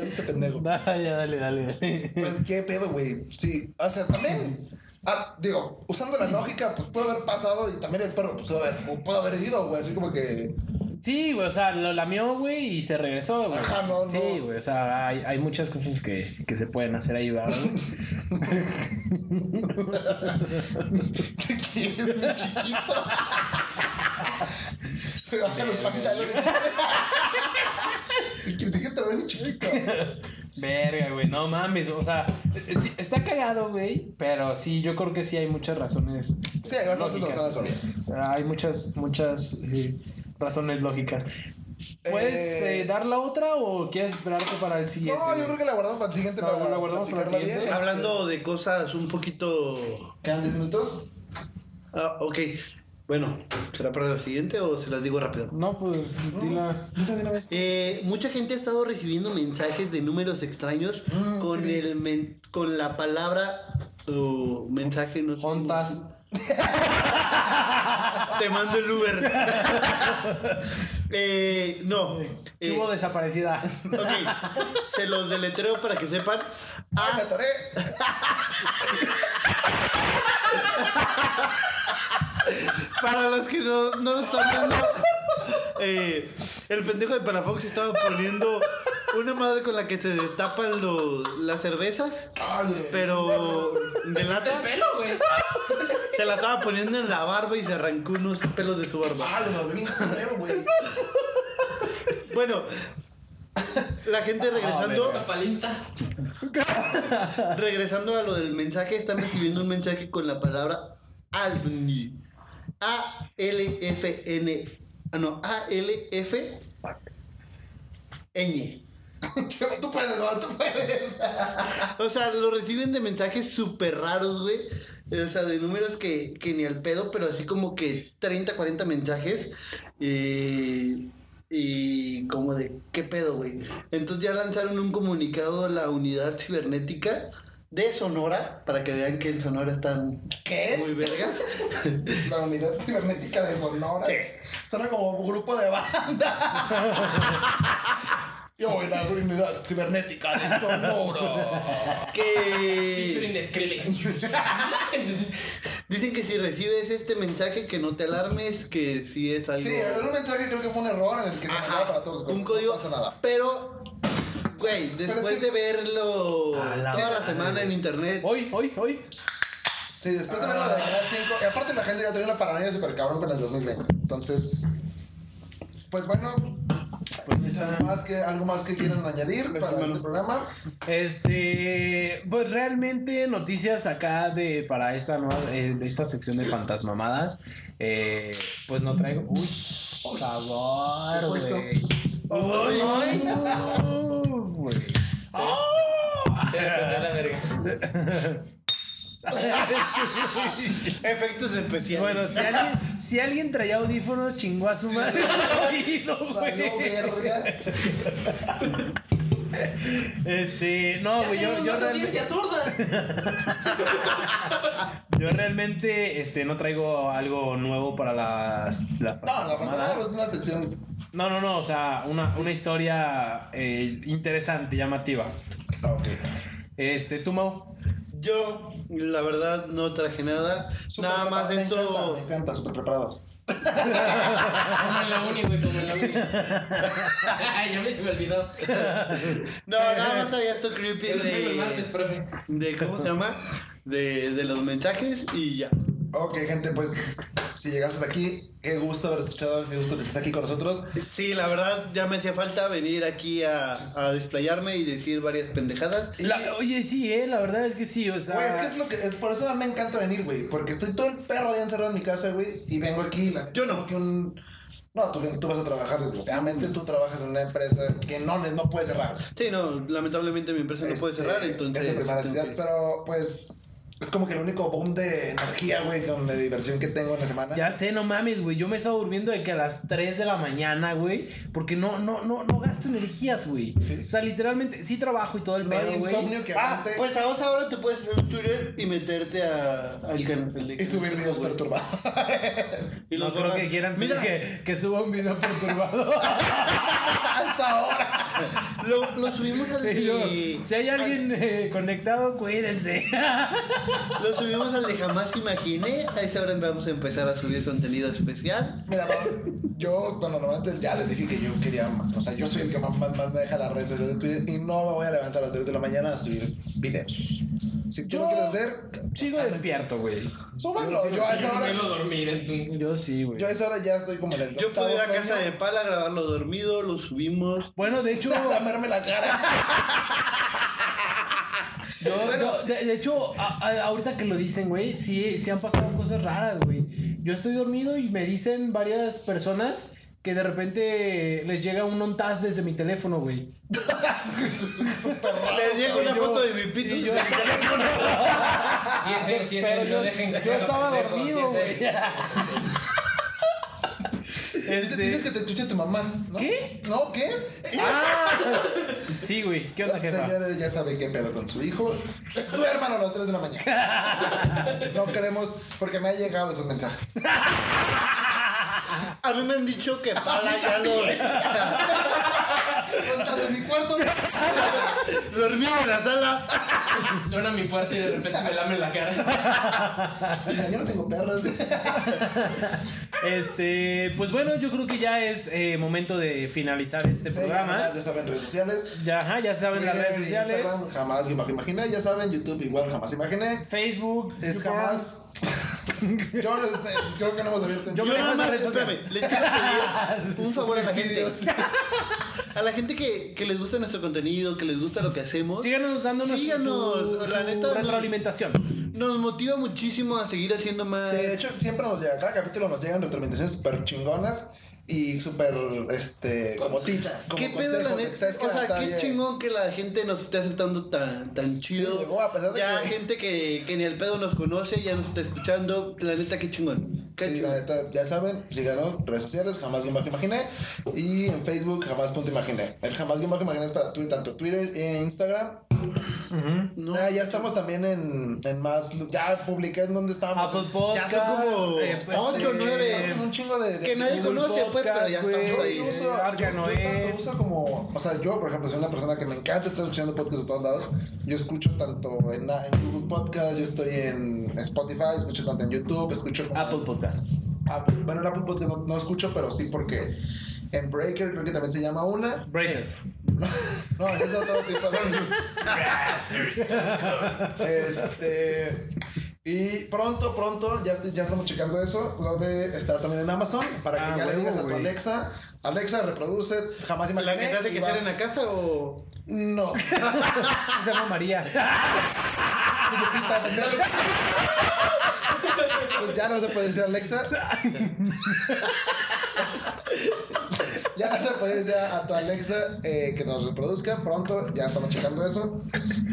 Speaker 1: este pendejo.
Speaker 3: Dale, dale, dale.
Speaker 1: Pues qué pedo, güey. Sí, o sea, también. ah, digo, usando la lógica, pues puede haber pasado y también el perro, pues puede haber, puede haber ido, güey. Así como que.
Speaker 3: Sí, güey, o sea, lo lamió, güey, y se regresó, güey.
Speaker 1: Ajá, Ah, no, no.
Speaker 3: Sí, güey, o sea, hay, hay muchas cosas que, que se pueden hacer ahí, ¿verdad, güey?
Speaker 1: ¿Qué quieres, mi chiquito? Se bajan los pantalones. ¿Y quién sigue te mi chiquito?
Speaker 3: Verga, güey, no mames, o sea, eh, sí, está cagado, güey, pero sí, yo creo que sí hay muchas razones. este,
Speaker 1: Sí, hay bastantes
Speaker 3: lógicas.
Speaker 1: razones obvias.
Speaker 3: Hay muchas, muchas eh, razones lógicas. ¿Puedes
Speaker 1: Eh,
Speaker 3: eh, dar la otra o quieres esperarte para el siguiente?
Speaker 1: No, yo
Speaker 3: güey?
Speaker 1: creo que la guardamos para el siguiente.
Speaker 3: No,
Speaker 1: para
Speaker 3: la guardamos para el
Speaker 1: platicarla
Speaker 3: siguiente.
Speaker 1: bien.
Speaker 2: Hablando de cosas un poquito.
Speaker 1: Este, Quedan 10 minutos.
Speaker 2: Ah, ok. Bueno, ¿será para la siguiente o se las digo rápido?
Speaker 3: No, pues, dila.
Speaker 1: Mira, de una vez.
Speaker 2: Eh, mucha gente ha estado recibiendo mensajes de números extraños
Speaker 1: Mm,
Speaker 2: con
Speaker 1: sí.
Speaker 2: el men- con la palabra o mensaje no sé cómo-
Speaker 3: Juntas.
Speaker 2: Te mando el Uber. Eh, no.
Speaker 3: ¿Qué
Speaker 2: Eh,
Speaker 3: Hubo desaparecida.
Speaker 2: ok. Se los deletreo para que sepan.
Speaker 1: Ay, Ah, me
Speaker 2: A
Speaker 1: atoré.
Speaker 2: Para los que no, no lo están viendo, eh, el pendejo de Palafox estaba poniendo una madre con la que se destapan los- las cervezas,
Speaker 1: Ay, güey.
Speaker 2: pero de
Speaker 4: ¿Te
Speaker 2: lata.
Speaker 4: pelo, güey?
Speaker 2: Se la estaba poniendo en la barba y se arrancó unos pelos de su barba.
Speaker 1: Ay, Ah, lo bien culero, güey.
Speaker 2: Bueno, la gente regresando.
Speaker 4: Tapalista.
Speaker 2: Regresando a lo del mensaje, están recibiendo un mensaje con la palabra ALFNI. A-L-F-N. Ah, no, A-L-F-N.
Speaker 1: Chema, Tú puedes, no, tú puedes.
Speaker 2: O sea, lo reciben de mensajes súper raros, güey. O sea, de números que, que ni al pedo, pero así como que 30, 40 mensajes. eh, y como de, ¿qué pedo, güey? Entonces ya lanzaron un comunicado a la unidad cibernética de Sonora, para que vean que en Sonora están muy
Speaker 1: ¿Qué?
Speaker 2: vergas.
Speaker 1: La unidad cibernética de Sonora. Suena como un grupo de banda. Yo, la unidad cibernética de Sonora.
Speaker 2: que
Speaker 4: Featuring Skrillex.
Speaker 2: dicen que si recibes este mensaje que no te alarmes, que si es algo...
Speaker 1: Sí, era un mensaje creo que fue un error en el que se mandaba para todos. pero
Speaker 2: un código.
Speaker 1: No pasa nada.
Speaker 2: Pero, güey, después
Speaker 1: es que-
Speaker 2: de verlo toda la semana en internet,
Speaker 3: Hoy, hoy, hoy.
Speaker 1: Sí, después de
Speaker 2: Ah.
Speaker 1: verlo de la Canal 5. Y aparte la gente ya tenía una paranoia súper cabrón con el 2020. Entonces, pues bueno,
Speaker 3: Pues
Speaker 1: algo más que, algo más que quieran añadir para este programa.
Speaker 3: Este, pues realmente noticias acá de para esta nueva, eh, de esta sección de fantasmamadas, eh, pues no traigo. Uy,
Speaker 1: ¿Qué
Speaker 3: sabor,
Speaker 1: fue pues eso?
Speaker 3: güey. Uf, güey.
Speaker 4: Se me prendió la verga.
Speaker 2: efectos especiales.
Speaker 3: Bueno, si alguien, si alguien traía audífonos, chingó a su madre. Oído, güey.
Speaker 1: Valió verga.
Speaker 3: Este, no, güey, yo, yo realmente.
Speaker 4: audiencia sorda.
Speaker 3: Yo realmente este, no traigo algo nuevo para las, las
Speaker 1: No, la
Speaker 3: fantasmamadas.
Speaker 1: verdad es una sección.
Speaker 3: No, no, no, o sea, una, una historia eh, interesante, llamativa.
Speaker 1: Ah, ok.
Speaker 3: Este, tú, Mau.
Speaker 2: Yo, la verdad, no traje nada.
Speaker 1: Súper
Speaker 2: Nada más
Speaker 1: preparado, Me
Speaker 2: esto.
Speaker 1: encanta, me encanta, súper preparado.
Speaker 4: Como en Ah, la uni, güey, como en la uni. Ay, ya me se me olvidó.
Speaker 2: No, nada más traía esto creepy
Speaker 4: Se lo digo el martes,
Speaker 2: de,
Speaker 4: profe.
Speaker 2: de. ¿Cómo se llama? De, de los mensajes y ya.
Speaker 1: Ok, gente, pues si llegaste hasta aquí, qué gusto haber escuchado, qué gusto que estés aquí con nosotros.
Speaker 2: Sí, la verdad, ya me hacía falta venir aquí a, a desplayarme y decir varias pendejadas.
Speaker 1: Y-
Speaker 3: La- oye, sí, eh, la verdad es que sí, o sea.
Speaker 1: Güey, Pues, es que es lo que. es- por eso me encanta venir, güey. Porque estoy todo el perro día encerrado en mi casa, güey. Y vengo aquí. la-
Speaker 2: Yo no.
Speaker 1: como Que un, no, tú, tú vas a trabajar, desgraciadamente. Tú trabajas en una empresa que no, no puede cerrar.
Speaker 2: Sí, no, lamentablemente mi empresa no puede
Speaker 1: Este,
Speaker 2: cerrar, entonces.
Speaker 1: Es de primera
Speaker 2: tengo
Speaker 1: necesidad,
Speaker 2: que-
Speaker 1: pero pues. Es como que el único boom de energía, güey, con la diversión que tengo en la semana.
Speaker 3: Ya sé, no mames, güey. Yo me he estado durmiendo de que a las 3 de la mañana, güey. Porque no, no, no, no gasto energías, güey.
Speaker 1: Sí.
Speaker 3: O sea, literalmente, sí trabajo y todo el
Speaker 1: No hay
Speaker 3: pedo, güey.
Speaker 1: insomnio que
Speaker 2: Ah,
Speaker 1: aguante
Speaker 2: pues a vos ahora te puedes hacer un Twitter y meterte a, al canal de
Speaker 1: y subir videos
Speaker 2: güey.
Speaker 1: perturbados.
Speaker 2: Y
Speaker 3: No
Speaker 2: los
Speaker 3: creo
Speaker 2: borran.
Speaker 3: que quieran subir
Speaker 2: Mira,
Speaker 3: que, que suba un video perturbado.
Speaker 1: ¡Hasta ahora!
Speaker 2: Lo, lo subimos al
Speaker 3: Y
Speaker 2: de.
Speaker 3: yo, si hay alguien eh, conectado, cuídense.
Speaker 2: al- lo subimos al de jamás imaginé. A esta hora vamos a empezar a subir contenido especial.
Speaker 1: Mira, ma- yo, bueno, normalmente ya les dije que yo quería, ma- o sea, yo soy el que más, más, más me deja las redes sociales de Twitter y no me voy a levantar a las 3 de la mañana a subir videos. Si tú
Speaker 3: Yo-
Speaker 1: lo quieres hacer,
Speaker 3: Sigo despierto, güey.
Speaker 1: súbanlo. Yo a esa
Speaker 4: Yo no
Speaker 1: hora,
Speaker 4: puedo dormir, entonces.
Speaker 3: Yo sí, güey.
Speaker 1: yo a esa hora ya estoy como en el
Speaker 2: Yo puedo ir a
Speaker 1: octavo
Speaker 2: casa
Speaker 1: sueño.
Speaker 2: de Pala a grabarlo dormido, lo subimos.
Speaker 3: Bueno, de hecho,
Speaker 1: lamerme la cara.
Speaker 3: yo- yo- de, de hecho, a- a- ahorita que lo dicen, güey, sí, sí han pasado cosas raras, güey. Yo estoy dormido y me dicen varias personas que de repente les llega un ontas desde mi teléfono, güey.
Speaker 1: Súper raro.
Speaker 2: Les llega una
Speaker 3: yo-
Speaker 2: foto de mi pito.
Speaker 3: y yo-
Speaker 4: Si es él, si es
Speaker 3: Pero
Speaker 4: él,
Speaker 3: yo,
Speaker 4: no dejen que
Speaker 3: yo
Speaker 4: sea lo
Speaker 3: estaba
Speaker 4: pendejo, sí es
Speaker 3: dormido,
Speaker 4: él.
Speaker 3: güey.
Speaker 1: Dices,
Speaker 3: Este-
Speaker 1: dices que te chuche tu mamá, ¿no?
Speaker 3: ¿Qué?
Speaker 1: ¿No? ¿Qué?
Speaker 3: ah, Sí, güey. ¿Qué onda,
Speaker 1: La
Speaker 3: jefa?
Speaker 1: señora ya sabe qué pedo con su hijo. Duérmalo a las 3 de la mañana. No queremos, porque me han llegado esos mensajes.
Speaker 2: A mí me han dicho que Pala ya lo.
Speaker 1: ¿No estás en mi cuarto?
Speaker 2: Dormimos en la sala.
Speaker 4: Suena mi puerta y de repente me lame la cara.
Speaker 1: Mira, Yo no tengo perros.
Speaker 3: Este, pues bueno, yo creo que ya es eh, momento de finalizar este
Speaker 1: Sí,
Speaker 3: programa.
Speaker 1: jamás, ya saben, redes sociales.
Speaker 3: Ya, ajá, ya saben las redes
Speaker 1: Twitter,
Speaker 3: sociales.
Speaker 1: Instagram, jamás imaginé. Ya saben, YouTube igual jamás imaginé.
Speaker 3: Facebook,
Speaker 1: Es
Speaker 3: YouPorn.
Speaker 1: jamás. Yo no- creo que no hemos abierto.
Speaker 3: Yo
Speaker 2: Yo nada
Speaker 3: manejo
Speaker 2: más,
Speaker 3: esa red social.
Speaker 2: espérame, les quiero pedir un favor a la gente.
Speaker 1: Videos.
Speaker 2: A la gente que, que les gusta nuestro contenido, que les gusta lo que hacemos.
Speaker 3: Síganos dándonos
Speaker 2: Síganos,
Speaker 3: su,
Speaker 2: la
Speaker 3: su
Speaker 2: neta, no.
Speaker 3: retroalimentación.
Speaker 2: Nos motiva muchísimo a seguir haciendo más.
Speaker 1: Sí, de hecho, siempre nos llega, cada capítulo nos llegan recomendaciones súper chingonas y súper, este, como tips. Como
Speaker 2: ¿Qué pedo la
Speaker 1: consejos de
Speaker 2: neta?
Speaker 1: que sabes que
Speaker 2: o sea,
Speaker 1: está
Speaker 2: qué
Speaker 1: bien.
Speaker 2: chingón que la gente nos esté aceptando tan, tan chido.
Speaker 1: llegó, a pesar de
Speaker 2: ya
Speaker 1: que-
Speaker 2: gente que, que ni al pedo nos conoce, ya nos está escuchando. La neta, qué chingón. Qué
Speaker 1: Sí, la
Speaker 2: chingón.
Speaker 1: neta, ya saben, síganos, redes sociales, jamás guión bajo imaginé. Y en Facebook, jamás punto imaginé. El jamás guión bajo imaginé es para Twitter, tanto Twitter e Instagram.
Speaker 2: No,
Speaker 1: Ah, ya estamos también en, en más. lu- Ya publiqué en donde estábamos.
Speaker 3: Apple
Speaker 2: Ya
Speaker 3: Podcast.
Speaker 2: son como
Speaker 3: pues,
Speaker 2: ocho,
Speaker 1: Estamos en-
Speaker 2: nueve.
Speaker 1: estamos en un chingo de. de
Speaker 2: Que nadie
Speaker 1: actividades.
Speaker 2: conoce, pues, pero ya
Speaker 3: güey,
Speaker 2: estamos
Speaker 1: Yo sí
Speaker 2: Eh,
Speaker 1: uso, yo-
Speaker 3: Arca
Speaker 1: yo
Speaker 3: Noé.
Speaker 1: tanto uso como, o sea, yo por ejemplo soy una persona que me encanta estar escuchando podcasts de todos lados. Yo escucho tanto en, en Google Podcast, yo estoy en Spotify, escucho tanto en YouTube, escucho como-
Speaker 3: Apple Podcast.
Speaker 1: Apple- bueno, en Apple Podcast no, no escucho, pero sí porque en Breaker creo que también se llama una.
Speaker 3: Braces.
Speaker 1: No, es otro tipo de. este. Y pronto, pronto, ya, ya estamos checando eso. Lo de estar también en Amazon para que
Speaker 3: Ah,
Speaker 1: ya le
Speaker 3: huevo,
Speaker 1: digas a tu
Speaker 3: güey.
Speaker 1: Alexa, Alexa, reproduce, jamás imaginé.
Speaker 2: ¿La que te hace
Speaker 1: y
Speaker 2: que
Speaker 1: vas-
Speaker 2: hacer en la casa o.?
Speaker 1: No.
Speaker 3: Se llama María.
Speaker 1: Lupita, pendejo. Pues ya no se puede decir Alexa. Ya no se puede decir a tu Alexa eh, que nos reproduzca pronto. Ya estamos checando eso.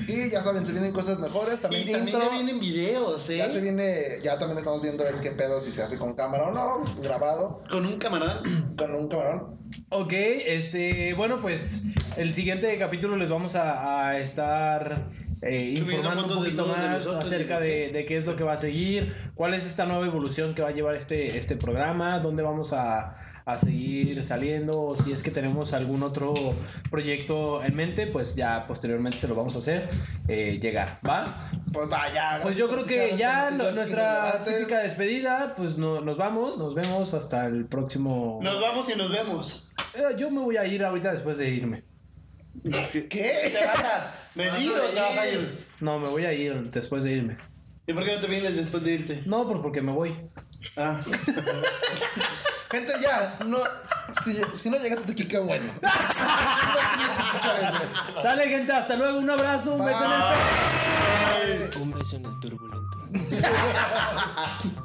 Speaker 1: Y ya saben, se vienen cosas mejores.
Speaker 2: Y
Speaker 1: También
Speaker 2: también
Speaker 1: intro.
Speaker 2: ya vienen videos, ¿eh?
Speaker 1: Ya se viene, ya también estamos viendo es qué pedo, si se hace con cámara o no, grabado
Speaker 2: Con un camarón.
Speaker 1: con un camarón.
Speaker 3: Ok, este, bueno, pues el siguiente capítulo les vamos a, a estar eh,
Speaker 2: Subiendo
Speaker 3: informando un
Speaker 2: fotos
Speaker 3: poquito
Speaker 2: desnudos de
Speaker 3: más
Speaker 2: nosotros,
Speaker 3: acerca
Speaker 2: digo,
Speaker 3: de, de qué es lo que va a seguir, cuál es esta nueva evolución que va a llevar este, este programa, dónde vamos a, a seguir saliendo, o si es que tenemos algún otro proyecto en mente, pues ya posteriormente se lo vamos a hacer eh, llegar, ¿va?
Speaker 1: Pues vaya.
Speaker 3: Pues yo creo que ya
Speaker 1: gracias
Speaker 3: lo-
Speaker 1: por escuchar estos
Speaker 3: nuestra
Speaker 1: irrelevantes.
Speaker 3: típica despedida, pues no- nos vamos, nos vemos hasta el próximo...
Speaker 2: Nos vamos y nos vemos.
Speaker 3: Eh, Yo me voy a ir ahorita después de irme.
Speaker 1: ¿Qué?
Speaker 2: ¿Te vas a venir o te vas a ir?
Speaker 3: No, me voy a ir después de irme.
Speaker 2: ¿Y por qué no te vienes después de irte?
Speaker 3: No, por- porque me voy.
Speaker 2: Ah.
Speaker 1: Gente, ya, no. Si, si no llegas hasta aquí, qué bueno. No tenías que escuchar eso.
Speaker 3: Sale, gente, hasta luego. Un abrazo, un beso en el
Speaker 1: Bye.
Speaker 4: Un beso en el turbulento.